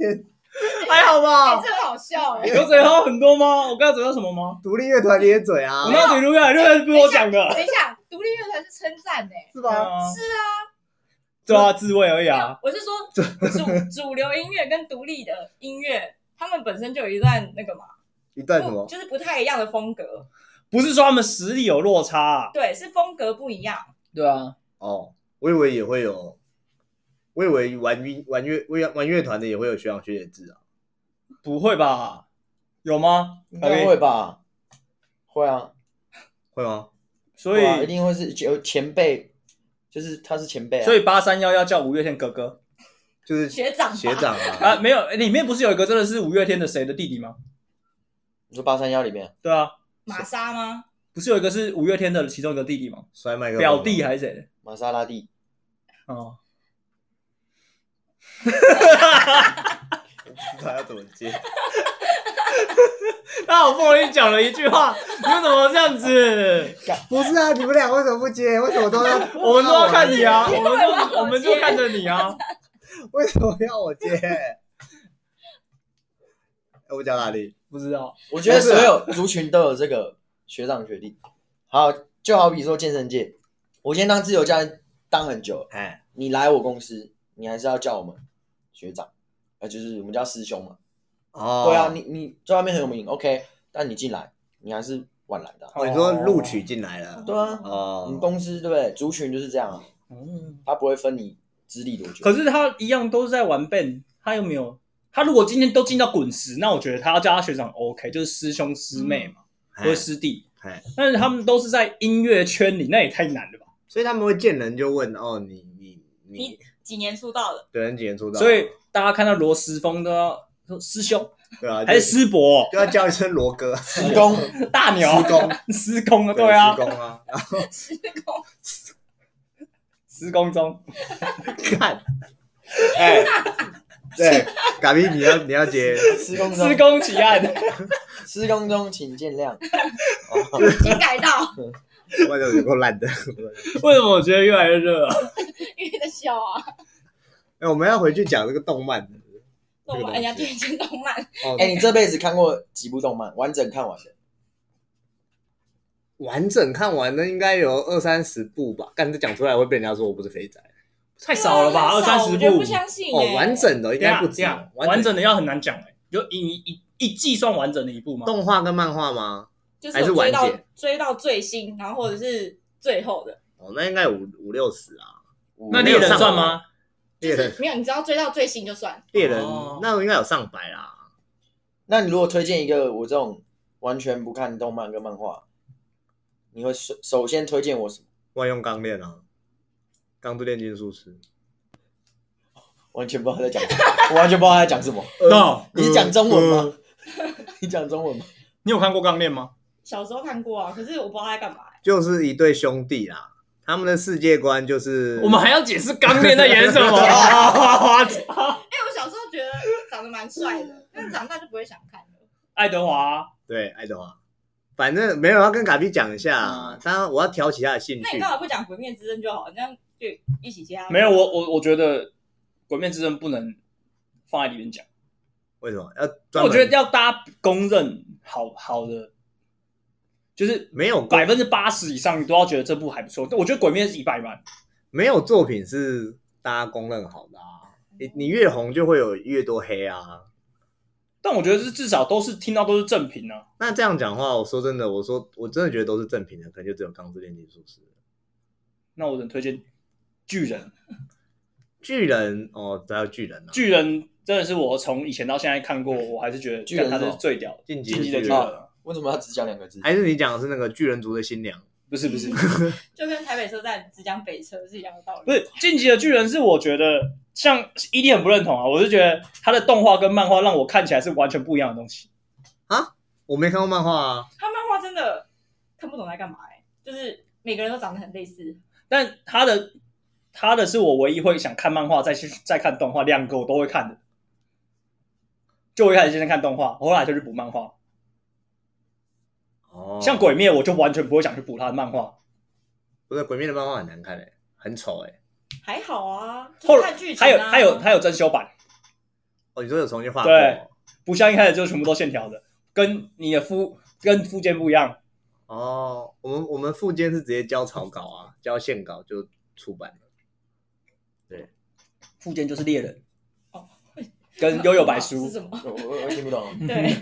还好 吧？这好笑 哎、有嘴还有很多吗？我刚才嘴到什么吗？独立乐团你也嘴啊我，那嘴如月，月不是我讲的，等一下，独立乐团是称赞哎，是对吧？啊是啊，对啊，自慰而已啊。我是说主主流音乐跟独立的音乐，他们本身就有一段那个嘛，一段什不么？就是不太一样的风格，不是说他们实力有落差、啊，对，是风格不一样。对啊，哦，我以为也会有，我以为玩乐玩乐玩玩乐团的也会有学长学姐制啊。不会吧？有吗？应该会吧？会啊，会吗？所以会啊一定会是有前辈，就是他是前辈啊，所以八三幺要叫五月天哥哥就是学长吧学长啊，啊？没有，里面不是有一个真的是五月天的谁的弟弟吗？你说八三幺里面对啊，玛莎吗？不是有一个是五月天的其中一个弟弟吗？摔麦克风表弟还是谁的？玛莎拉蒂，哦，不知道要怎么接。他好不容易讲了一句话， 你们怎么这样子？ 不是啊，你们俩为什么不接？为什么都要？ 我们都要看你啊，我们为什么就我我们就看着你啊。为什么要我接？哎 我讲哪里？不知道，我觉得所有族群都有这个学长学弟。好，就好比说健身界，我今天当自由教练当很久了，哎，你来我公司，你还是要叫我们学长，呃，就是我们叫师兄嘛。哦，对啊，你你在外面很有名，OK，但你进来，你还是晚来的啊、哦，你说录取进来了，对啊，你哦，公司对不对？族群就是这样啊，嗯，他不会分你资历多久。可是他一样都是在玩 band，他又没有。他如果今天都进到滚石，那我觉得他要叫他学长 OK，就是师兄师妹嘛，哎或者师弟。哎，但是他们都是在音乐圈里，那也太难了吧？所以他们会见人就问哦，你你你你几年出道 的？对，人几年出道？所以大家看到罗斯峰都要说师兄对啊，还是就师伯、就要叫一声罗哥，职工，大牛施工，师公啊， 对啊施，工啊，师公中，看， 哎，对，嘎比你要你要接， 施工师中，公奇案，施工中，请见谅。哦请改到外头有够烂的。为什么我觉得越来越热啊？因为在笑啊，哎，我们要回去讲这个动漫的动漫，人家推荐动漫，哦哎、，你这辈子看过几部动漫完整看完的？完整看完的应该有二三十部吧，但这讲出来会被人家说我不是肥宅。 太少了吧，二很少三十啊我觉得部不，相信哦哎，完整的等一应该下不等一止啊下，，完完整的要很难讲哎，就一一一季算完整的一部吗？动画跟漫画吗？就是还是有追完到结追到最新，然后或者是最后的，哦，那应该有五五六十啊。那没猎有人上算网吗？就猎是人，没有，你只要追到最新就算。猎人哦，那应该有上百啦。那你如果推荐一个我这种完全不看动漫跟漫画，你会首首先推荐我什么？万用钢炼啊，钢之炼金术师。完全不知道他在讲什么， 我完全不知道他在讲什么。呃 No，你是讲中文吗？嗯你讲中文吗？你有看过《钢炼》吗？小时候看过啊，可是我不知道他在干嘛欸。就是一对兄弟啦，他们的世界观就 是我们还要解释《钢炼》在演什 么？啊哎，我小时候觉得长得蛮帅 的，但是长大就不会想看了。爱德华，对爱德华。反正没有要跟卡比讲一下啊，当然我要挑起他的兴嗯那你趣干。嘛不讲《鬼灭之刃》就好了？这样就一起接啊？没有我我我觉得《鬼灭之刃》不能放在里面讲。为什么要那专门？我觉得要大家公认好好的，就是没有百分之八十以上都要觉得这部还不错。我觉得《鬼灭》是一百万，没有作品是大家公认好的啊。你你越红就会有越多黑啊。但我觉得是至少都是听到都是正品啊。那这样讲话，我说真的，我说我真的觉得都是正品的，可能就只有《钢之炼金术师》。那我只能推荐《巨人》，《巨人哦，还有巨人啊，巨人》真的是我从以前到现在看过，我还是觉得巨人干它是什是么最屌的。进击进的击的巨巨人人，为什么要只讲两个嗯字？还是你讲的是那个巨人族的新娘？不是不是就跟台北车站只讲北车是一样的道不理。是，《进击的巨人》是我觉得像伊利很不认同啊，我是觉得他的动画跟漫画让我看起来是完全不一样的东西。我没看过漫画啊，他漫画真的看不懂在干嘛哎、就是每个人都长得很类似。但他的他的是我唯一会想看漫画再去再看动画，两个我都会看的。就我一开始先看动画，我后来就去补漫画。哦像《鬼灭》，我就完全不会想去补他的漫画。不是《鬼灭》的漫画很难看哎、很丑哎、还好啊，就后是来看剧情、啊、还有还有还有真修版，哦，你说有重新画过？对不像一开始就全部都线条的，跟你的肤跟附件不一样。哦，我们我们附件是直接交草稿啊，交线稿就出版了。附件就是猎人哦，跟悠悠 白是书。什 么？我我我听不懂。对，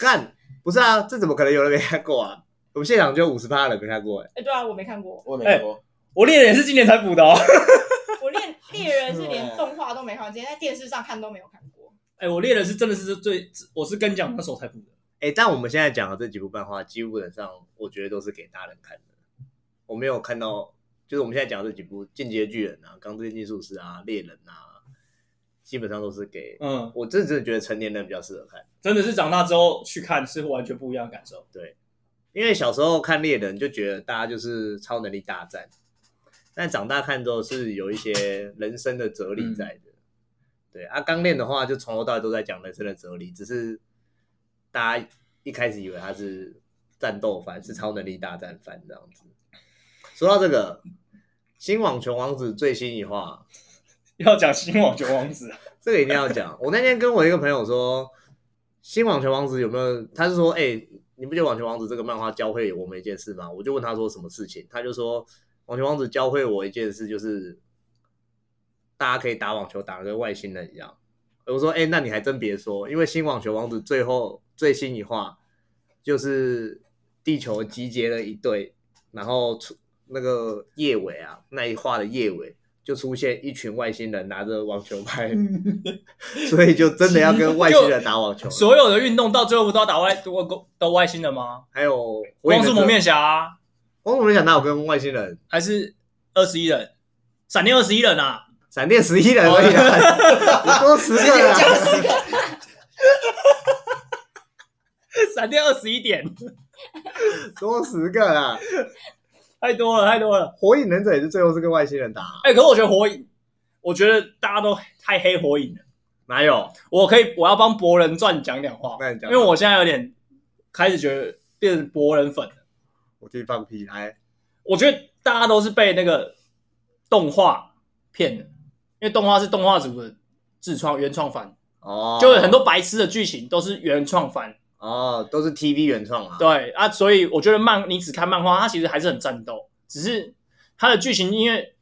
干，不是啊，这怎么可能有人没看过啊？我们现场就五十趴人没看过哎、哎，对啊，我没看过，我也哎没说，我猎人也是今年才补的哦。我练猎人是连动画都没看过，直接在电视上看都没有看过。哎、我猎人是真的是最，我是跟你讲那时候才补的。哎、但我们现在讲的这几部漫画，基本上我觉得都是给大人看的。我没有看到，就是我们现在讲的这几部《进阶巨人》啊，《钢之炼金术师》啊，《猎人》啊，基本上都是给嗯，我真的真的觉得成年人比较适合看。真的是长大之后去看是完全不一样的感受。因为小时候看猎人就觉得大家就是超能力大战，但长大看之后是有一些人生的哲理在的。对啊，刚练的话就从头到尾都在讲人生的哲理，只是大家一开始以为他是战斗番，是超能力大战番这样子。说到这个，新网球王子最新一话，要讲新网球王子，啊 这个一定要讲。我那天跟我一个朋友说，新网球王子有没有？他是说，哎、你不觉得网球王子这个漫画教会我们一件事吗？我就问他说什么事情，他就说网球王子教会我一件事，就是大家可以打网球打得跟外星人一样。我说，哎、那你还真别说，因为新网球王子最后最新一话就是地球集结了一队，然后出那个叶尾啊那一话的叶尾。就出现一群外星人拿着网球 拍，所以就真的要跟外星人打网球 了。所有的运动到最后不都要打外都都外星人吗？还有火影光忍速者蒙面侠、啊、光速蒙面侠哪有跟外星人？还是二十一人，闪电二十一人啊？闪电十一人而已 啊，我多十个人啊。闪电二十一点，多十个啦！太多了，太多了。火影忍者也是最后是跟外星人打啊、哎、可是我觉得火影，我觉得大家都太黑火影了。哪有？我可以，我要帮《博人传》讲点话，那你讲因为我现在有点开始觉得变成博人粉了。我替你放屁！哎，我觉得大家都是被那个动画骗的，因为动画是动画组的自创原创番，哦，就有很多白痴的剧情都是原创番。哦，都是 TV 原创啊。对啊，所以我觉得漫你只看漫画，它其实还是很战斗，只是它的剧情因为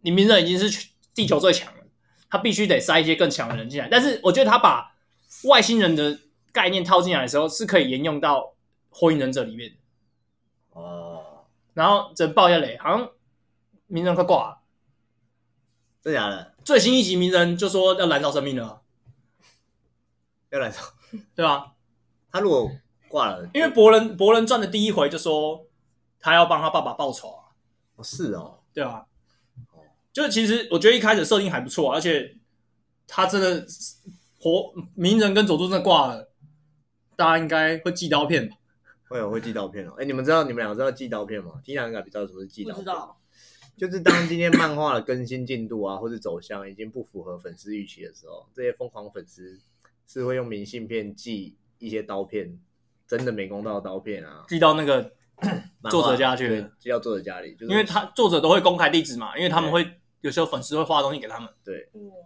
你名人已经是地球最强了，他必须得塞一些更强的人进来。但是我觉得他把外星人的概念套进来的时候，是可以沿用到火影忍者里面的。哦，然后只能爆一下雷，好像鸣人快挂了。真假的？最新一集鸣人就说要燃烧生命了，啊要来说，对吧？他如果挂了，因为博人博人传的第一回就说他要帮他爸爸报仇啊，哦是哦，对吧？就是其实我觉得一开始设定还不错、啊而且他真的是活鸣人跟佐助真的挂了，大家应该会寄刀片吧？会有会寄刀片哦。哎，你们知道你们两个知道寄刀片吗？听两个比较什么是寄不刀知片？道，就是当今天漫画的更新进度啊，或者走向已经不符合粉丝预期的时候，这些疯狂粉丝是会用明信片寄一些刀片，真的美工刀的刀片啊，寄到那个，漫画作者家去对，寄到作者家里，就是因为他作者都会公开地址嘛，因为他们会有时候粉丝会画东西给他们，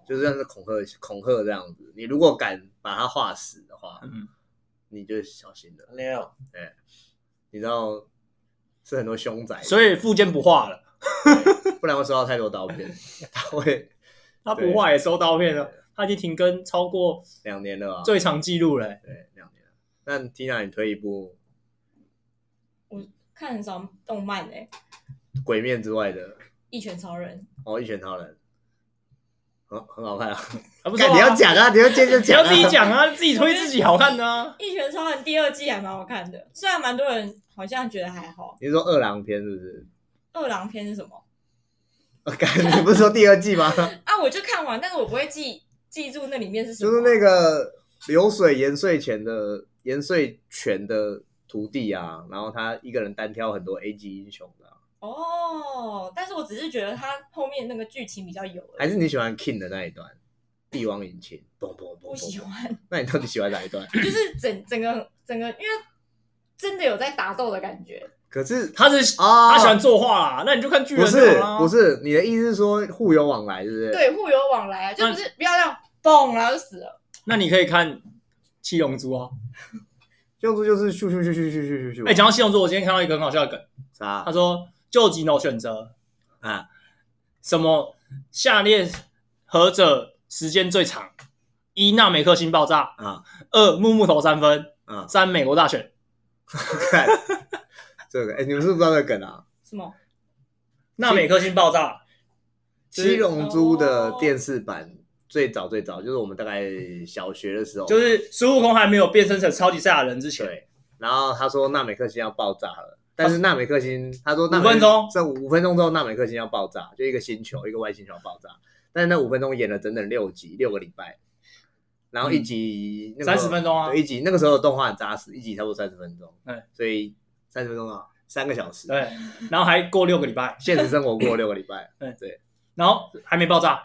就是像是恐吓恐吓这样子，你如果敢把它画死的话，嗯，你就小心了。没有，你知道是很多凶宅，所以富坚不画了，对不然会收到太多刀片，他会他不画也收刀片了，他已经停更超过两年了吧？啊最长记录了、欸对两年了。那 Tina，你推一部看很少动漫哎、 《鬼面》之外的一拳超人哦，《一拳超人》很很好看啊。啊，不是、干你要，讲啊，你要接着你讲、啊，要自己讲啊，自己推自己好看的啊。 《一拳超人》第二季还蛮好看的，虽然蛮多人好像觉得还好。你是说二郎篇是不是？二郎篇是什么我感你不是 说第二季吗？啊？我就看完，但是我不会记记住那里面是什么。就是那个流水盐税前的盐税权的徒弟啊，然后他一个人单挑很多 A 级英雄的啊、哦，但是我只是觉得他后面那个剧情比较有而已，还是你喜欢 King 的那一段？帝王引擎，嘣嘣不嘣喜嘣。欢，那你到底喜欢哪一段？ 就是整整个整个，因为真的有在打斗的感觉。可是他是啊，他喜欢作画啦，那你就看巨不人是就好啦啊不，是你的意思是说互有往来，是不是？，对，互有往来啊，就不是不要这样嘣，然后就死了。那你可以看七龙珠啊。用处就是咻咻咻咻咻咻咻咻。哎，讲到七龙珠，我今天看到一个很好笑的梗，啥他？说就几种选择啊，什么下列何者时间最长？一纳美克星爆炸啊，二木木头三分，啊， 三美国大选。看这个，哎，你们是不是不知道这个梗啊？什么？纳美克星爆炸， 《是七龙珠》的电视版最早最早就是我们大概小学的时候，就是孙悟空还没有变身成超级赛亚人之前，对。然后他说纳美克星要爆炸了，但是纳美克星他说纳美五分钟这五分钟之后纳美克星要爆炸，就一个星球一个外星球要爆炸。但是那五分钟演了整整六集，六个礼拜，然后一集那个时候30分钟啊对一集那个时候的动画很扎实，一集差不多三十分钟，对，所以三十分钟啊，三个小时，对，然后还过六个礼拜，现实生活过六个礼 拜，然后还没爆炸。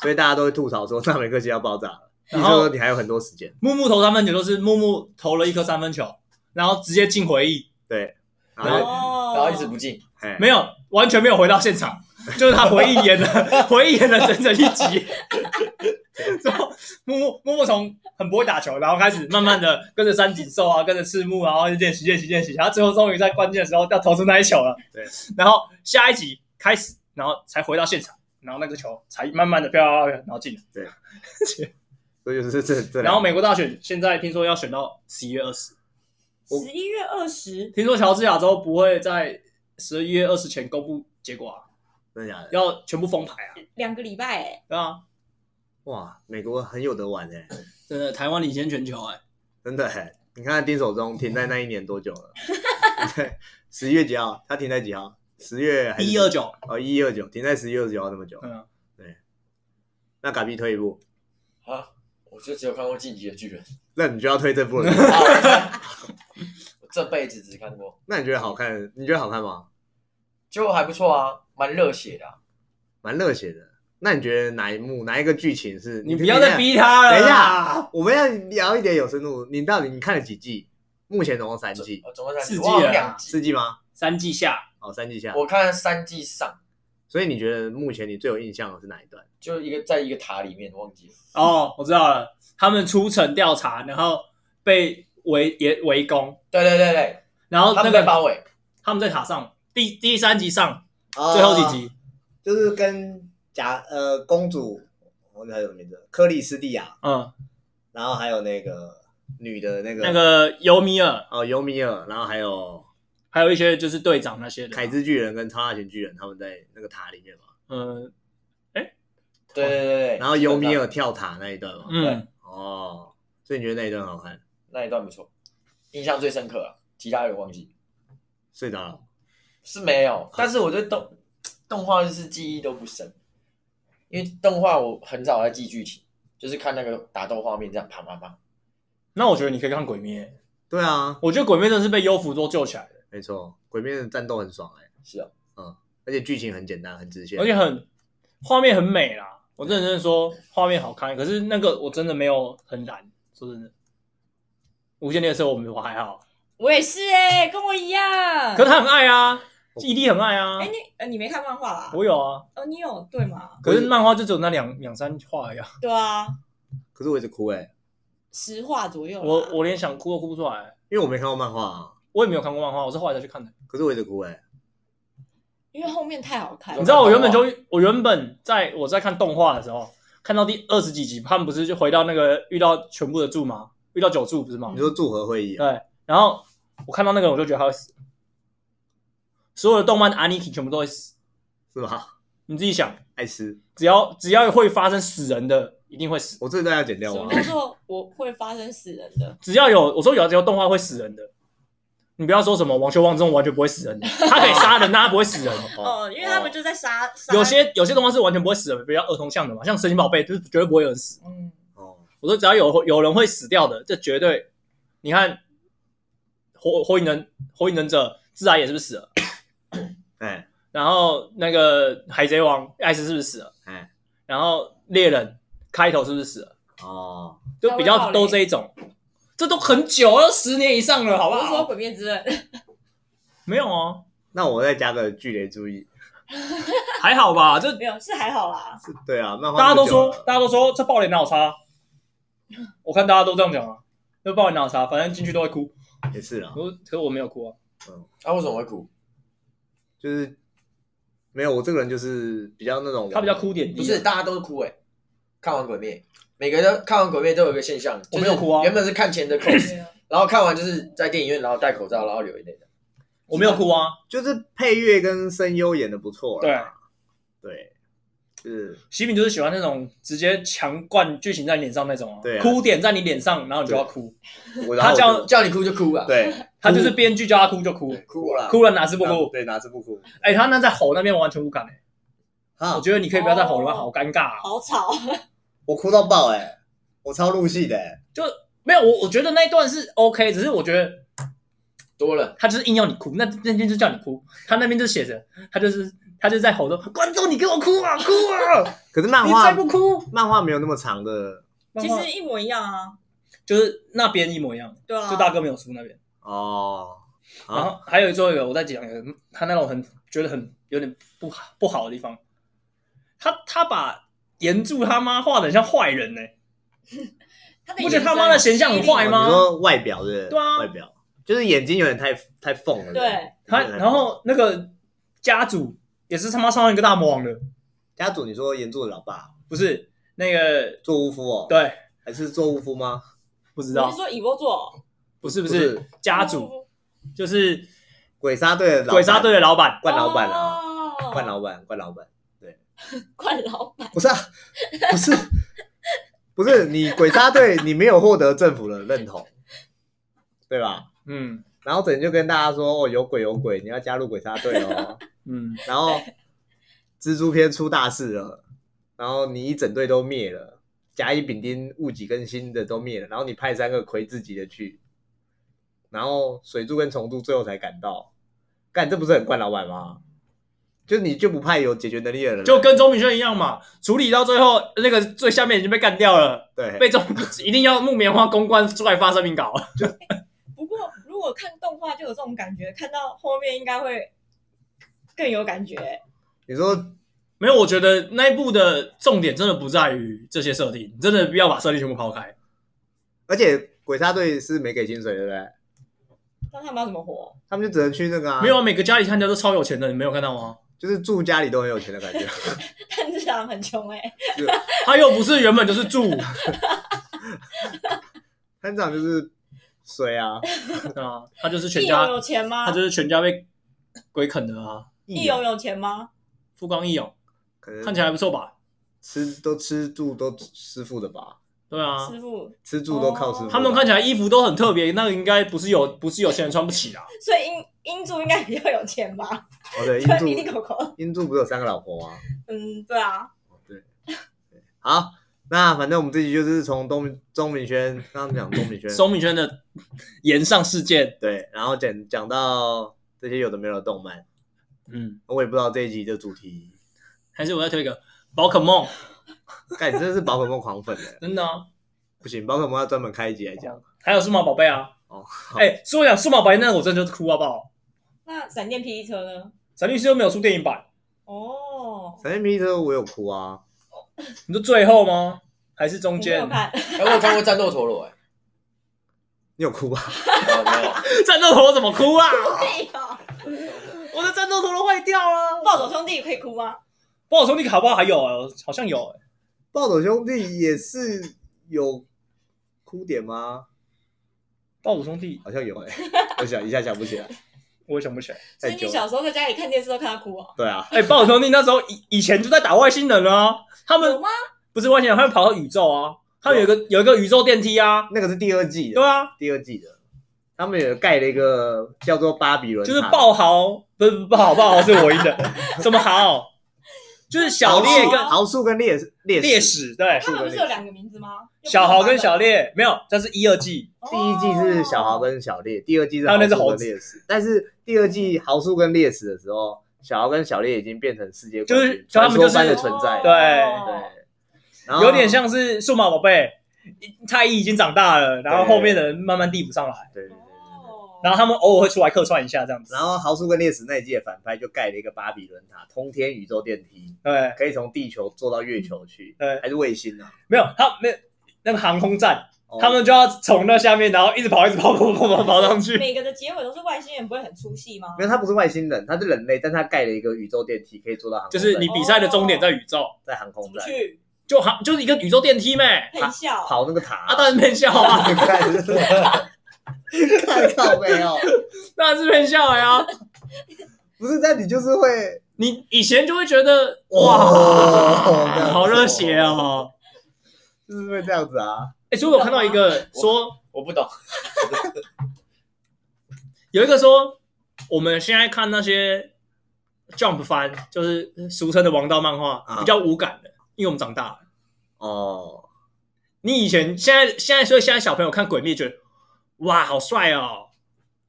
所以大家都会吐槽说纳美克星要爆炸了，你然后说你还有很多时间，木木投三分球就是木木投了一颗三分球，然后直接进回忆，对，然后就哦然后一直不进，哎没有完全没有回到现场， 就是他回忆演了 回忆演了整整一集。 然后木木木木从很不会打球，然后开始慢慢的跟着三井寿啊，跟着赤木，然后练习练习练习，然后最后终于在关键的时候要投出那一球了。对，然后下一集开始，然后才回到现场，然后那个球才慢慢的飘飘飘，然后进了。所以就是这这两个，然后美国大选现在听说要选到十一月二十，十一月二十，听说乔治亚州不会在十一月二十前公布结果啊，真的假的？要全部封牌啊，两个礼拜哎，对啊，哇，美国很有得玩哎、真的台湾领先全球哎、真的哎、你看丁守中停在那一年多久 了？对，十一月几号？他停在几号？十月还是一二九，哦一二九，停在十一二九号这么久。嗯，那嘎逼退一步，啊，我就只有看过《进击 的巨人》那你就要退这步了。哦我这辈子只看过，那你觉得好看？你觉得好看吗？结果还不错啊，蛮热血的啊、蛮热血的。那你觉得哪一幕哪一个剧情是？你不啊要再。逼他了，等一下，，我们要聊一点有深度。你到底你看了几季？目前总共三季，我总共才四季我好像了两季，四季吗？三季下哦，三季下。我看三季上，所以你觉得目前你最有印象的是哪一段？就一个在一个塔里面，忘记了，哦，我知道了，他们出城调查，然后被围也围攻，对对对对，然后哦他那们被个包围，他们在塔上，第第三集上最最后几集，就是跟贾呃公主，我忘记她什么名字，克里斯蒂亚，嗯，然后还有那个女的那个那个尤米尔，哦尤米尔，然后还有还有一些就是队长那些的，凯之巨人跟超大型巨人他们在那个塔里面嘛，嗯对对对 对，然后尤米尔跳塔那一段嘛，嗯，哦，所以你觉得那一段好看？那一段不错，印象最深刻啊，其他人忘记睡着了，是没有，但是我对动动画就是记忆都不深，因为动画我很少在记剧情，就是看那个打斗画面这样啪啪啪，那我觉得你可以看鬼灭。对啊，我觉得鬼灭真的是被优芙多救起来的，没错，鬼面的战斗很爽哎、是啊，而且剧情很简单，很直线，而且很画面很美啦。我认真的说，画面好看，可是那个我真的没有很燃。说真的，无限列车我们我还好，我也是哎，跟我一样。可是他很爱啊，伊利很爱啊哎，，你呃你没看漫画啦？我有啊。哦，你有对吗？可是漫画就只有那两两三话而已啊，对啊，可是我一直哭哎、十话左右啦。 我我连想哭都哭不出来，因为我没看过漫画啊，我也没有看过漫画，我是后来才去看的。可是我一直哭哎、因为后面太好看你了知。道我原本就我原本在我在看动画的时候，看到第二十几集，他们不是就回到那个遇到全部的柱吗？遇到九柱不是吗你？说祝和会议啊，对，然后我看到那个人我就觉得他会死，所有的动漫的 Aniki 全部都会死。是吧？你自己想，艾斯，只要只要会发生死人的，一定会死。我这一段要剪掉什么啊吗？叫做我 会发生死人的？只要有我说有只有动画会死人的，你不要说什么网球王这种完全不会死人的，他可以 杀人，但他不会死人。哦，因为他们就在杀杀有些有些动画是完全不会死人，比较儿童向的嘛，像神奇宝贝就是绝对不会有人死。嗯，哦，我说只要有有人会死掉的，这绝对。你看火火影忍火影忍者自来也是不是死了？哎然后那个海贼王艾斯是不是死了？哎，然后猎人开头是不是死了，哦，就比较多这一种，这都很久了，十年以上了，好不我是说《好？鬼灭之刃》 没有啊，那我再加个距离注意。还好吧，这没有，是还好啦。是对啊，漫画大家都说不久了，大家都说这爆脸哪有差？我看大家都这样讲啊，这爆脸哪有差？反正进去都会哭。也是啦，我可我没有哭啊，啊，为什么会哭？就是没有我这个人就是比较那种，他比较，哭点低啊。不是，大家都是哭哎、看完鬼灭，每个人都看完鬼灭都有一个现象，我没有哭啊就是原本是看前的 cos，然啊后看完就是在电影院，然后戴口罩，然后流眼泪的。我没有哭啊。就是配乐跟声优演的不错对啦。对对，就是喜饼就是喜欢那种直接强灌剧情在你脸上那种啊，对啊哭点在你脸上，然后你就要哭。我然他后叫我就叫你哭就哭啊，对他就是编剧叫他哭就哭，哭了。啊哭了哪次不然后啊哭？对哪次不哭哎、他那在吼那边我完全无感哎、啊我？觉得你可以不要再吼了，哦好尴尬、啊。好吵，我哭到爆哎，我超入戏的欸，没有，我我觉得那一段是 OK，只是我觉得多了，他就是硬要你哭，那那边就叫你哭，他那边就写着，他就是他就在吼着观众，你给我哭啊哭 啊，可是漫你再画不哭，漫画没有那么长的其漫画实一模一样啊。就是那边一模一样，对啊，就大哥没有输那边。哦。然啊，后还有最后一个，我再讲一个，他那种很觉得很有点不好不好的地方，他他把岩柱他妈画的像坏人呢、欸他不觉得他妈的形象很坏你吗说外表对不对？对啊外表就是眼睛有点太太缝了。对，他有点太缝然后那个家主也是他妈上一个大魔王的，家主，你说岩柱的老爸不是那个做巫夫哦？，对，还是做巫夫吗？不知你是说蚁波座不是不哦不是是家主，哦就是鬼杀队的老板鬼杀队的老板，冠老板啊，哦冠老板，冠老板，冠老板，不是啊，不是，不是你鬼杀队， 你没有获得政府的认同，对吧？嗯然后整天就跟大家说哦，有鬼有鬼，你要加入鬼杀队哦。嗯，然后蜘蛛篇出大事了，然后你一整队都灭了，甲乙丙丁戊己庚辛的都灭了，然后你派三个魁自己的去，然后水柱跟虫柱最后才赶到，干这不是很惯老板吗？就你就不派有解决能力的人来，就跟钟明轩一样嘛，处理到最后那个最下面已经被干掉了，对被钟一定要木棉花公关出来发声明稿， 不过如果看动画就有这种感觉，看到后面应该会更有感觉。你说没有，我觉得那一部的重点真的不在于这些设定，真的不要把设定全部抛开。而且鬼杀队是没给薪水，对不对？那他们要怎么活？他们就只能去那个、啊，没有，啊，每个家里看家都超有钱的，你没有看到吗？就是住家里都很有钱的感觉。 但是他们很穷哎、他又不是原本就是 住，班长就是水啊，对啊，他就是全义勇家，有钱吗他？就是全家被鬼啃的啊。义勇有钱吗？富冈义勇可能看起来还不错吧？吃都吃住都师傅的吧，对啊，师傅，吃住都靠师傅哦的吧。他们看起来衣服都很特别，那个应该不是有不是有钱人穿不起啊。所以英英柱应该比较有钱吧？哦，对， 对，弟弟英狗柱狗，英柱不是有三个老婆吗？嗯，对啊，好，那反正我们这集就是从东钟明轩刚刚讲钟明轩，松敏轩的岩上事件，对，然后讲讲到这些有的没有的动漫，嗯，我也不知道这一集的主题。还是我再推一个宝可梦，干，你真的是宝可梦狂粉的， 真的啊。不行，宝可梦要专门开一集来讲。还有数码宝贝啊，哦，哎、说讲数码宝贝，那我真的就是哭好不好？那闪电霹雳车呢？闪律师又没有出电影版，哦，闪电霹雳车我有哭啊，你说最后吗？还是中你哦没间有？看？哎、我有看过战斗陀螺哎、你有哭吧？ 哦没有， 战斗陀螺怎么哭啊？没有。 我的战斗陀螺坏掉了。暴走兄弟可以哭啊吗？暴走兄弟卡不好还有、啊，好像有、欸。暴走兄弟也是有哭点吗？暴走兄弟好像有哎、我想一下想不起来。我也想不起来。所太以久你了。小时候在家里看电视都看他哭哦？对啊，哎、暴走兄弟那时候以以前就在打外星人了、啊，他有们吗？不是外星人，他们跑到宇宙啊，他们有一个有一个宇宙电梯啊，那个是第二季的。对啊，第二季的，他们有盖了一个叫做巴比伦塔就的，是爆豪，不是不豪，爆豪是我赢 的，什么豪？就是小豪烈树跟豪树跟烈烈烈士，士，对，他们不是有两个名字吗？哎小豪跟小烈没有，这是一二季，哦，第一季是小豪跟小烈，第二季是还有那只豪猴树子跟烈士，但是第二季豪树跟烈士的时候，小豪跟小烈已经变成世界冠就军，是就他们就是传说般的存在。对哦对然后有点像是数码宝贝，太一已经长大了，然后后面的人慢慢递补上来，对对对对对。哦，然后他们偶尔会出来客串一下这样子。然后豪叔跟烈士那一季的反派就盖了一个巴比伦塔，通天宇宙电梯，对可以从地球坐到月球去，嗯对，还是卫星啊？没有他没有那个航空站，哦他们就要从那下面，然后一直跑，一直跑，跑跑跑跑上去。每个的结尾都是外星人，不会很出戏吗没？有，他不是外星人，他是人类，但他盖了一个宇宙电梯，可以坐到航空就站，是你比赛的终点在宇宙，在航怎空么站去就航就是一个宇宙电梯呗。配笑？跑那个塔啊，当然骗笑 啊，看是看靠没有，当然是骗笑呀、 不是但你就是会你以前就会觉得哦这样哇，子 好热血哦。就是会这样子啊，哎、所以我看到一个说，我不懂，有一个说，我们现在看那些 Jump 番，就是俗称的王道漫画，啊比较无感的，因为我们长大了。哦，你以前现在现在，所以现在小朋友看《鬼灭》觉得哇，好帅哦，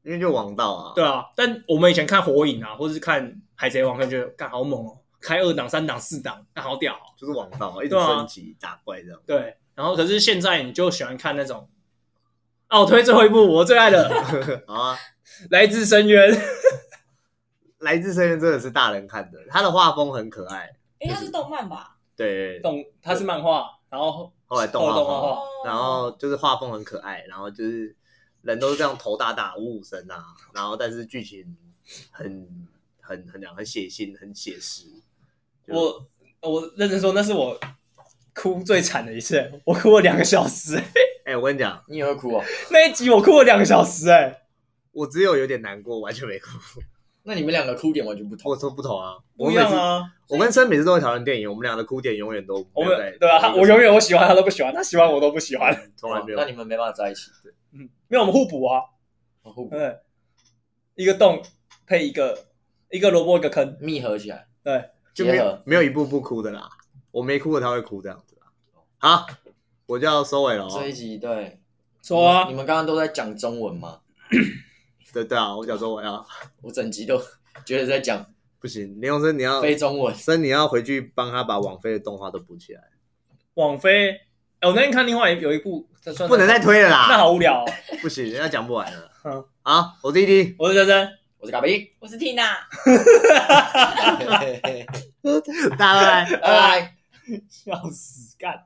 因为就王道啊，对啊。但我们以前看《火影》啊，或者是看《海贼王》，就觉得干好猛哦，开二档、三档、四档，干好屌哦、就是王道，一直对啊升级打怪这样。对，然后可是现在你就喜欢看那种，啊，我推最后一部我最爱的 《好啊，来自深渊》来自深渊真的是大人看的，他的画风很可爱，哎，它是动漫吧？对，动，它是漫画，然后后来动画画化动画化，哦，然后就是画风很可爱，然后就是人都是这样头大大五五身啊，然后但是剧情很很很讲很血腥，很写实。就我我认真说，那是我哭最惨的一次，我哭了两个小时，哎、我跟你讲，你也会哭哦。那一集我哭了两个小时，哎，我只有有点难过，完全没哭。那你们两个哭点完全不同我。说不同啊，我不一每样次啊，我跟生每次都会讨论电影，我们俩的哭点永远都我没有在们对啊，他同一个我永远我喜欢他都不喜欢，他喜欢我都不喜欢，从来没有哦那。你们没办法在一起。嗯，没有我们互补啊，哦互补对，一个洞配一个一个萝卜一个坑，密合起来，对，就没结有合没有一部不哭的啦，我没哭过他会哭这样子啦。好，我就要收尾了哦。这一集对。说啊你，们刚刚都在讲中文吗？对对啊，我想收尾啊，我整集都觉得在讲不行，林永生你要非中文。生你要回去帮他把网飞的动画都补起来，网飞，哎，我那天看另外有一部，这算不能再推了那啦，好无聊、哦。不行，人家讲不 完了。嗯好，我是 E 弟弟，我是真真，我是嘎比， 我是缇娜，拜大家拜拜。拜。笑死干。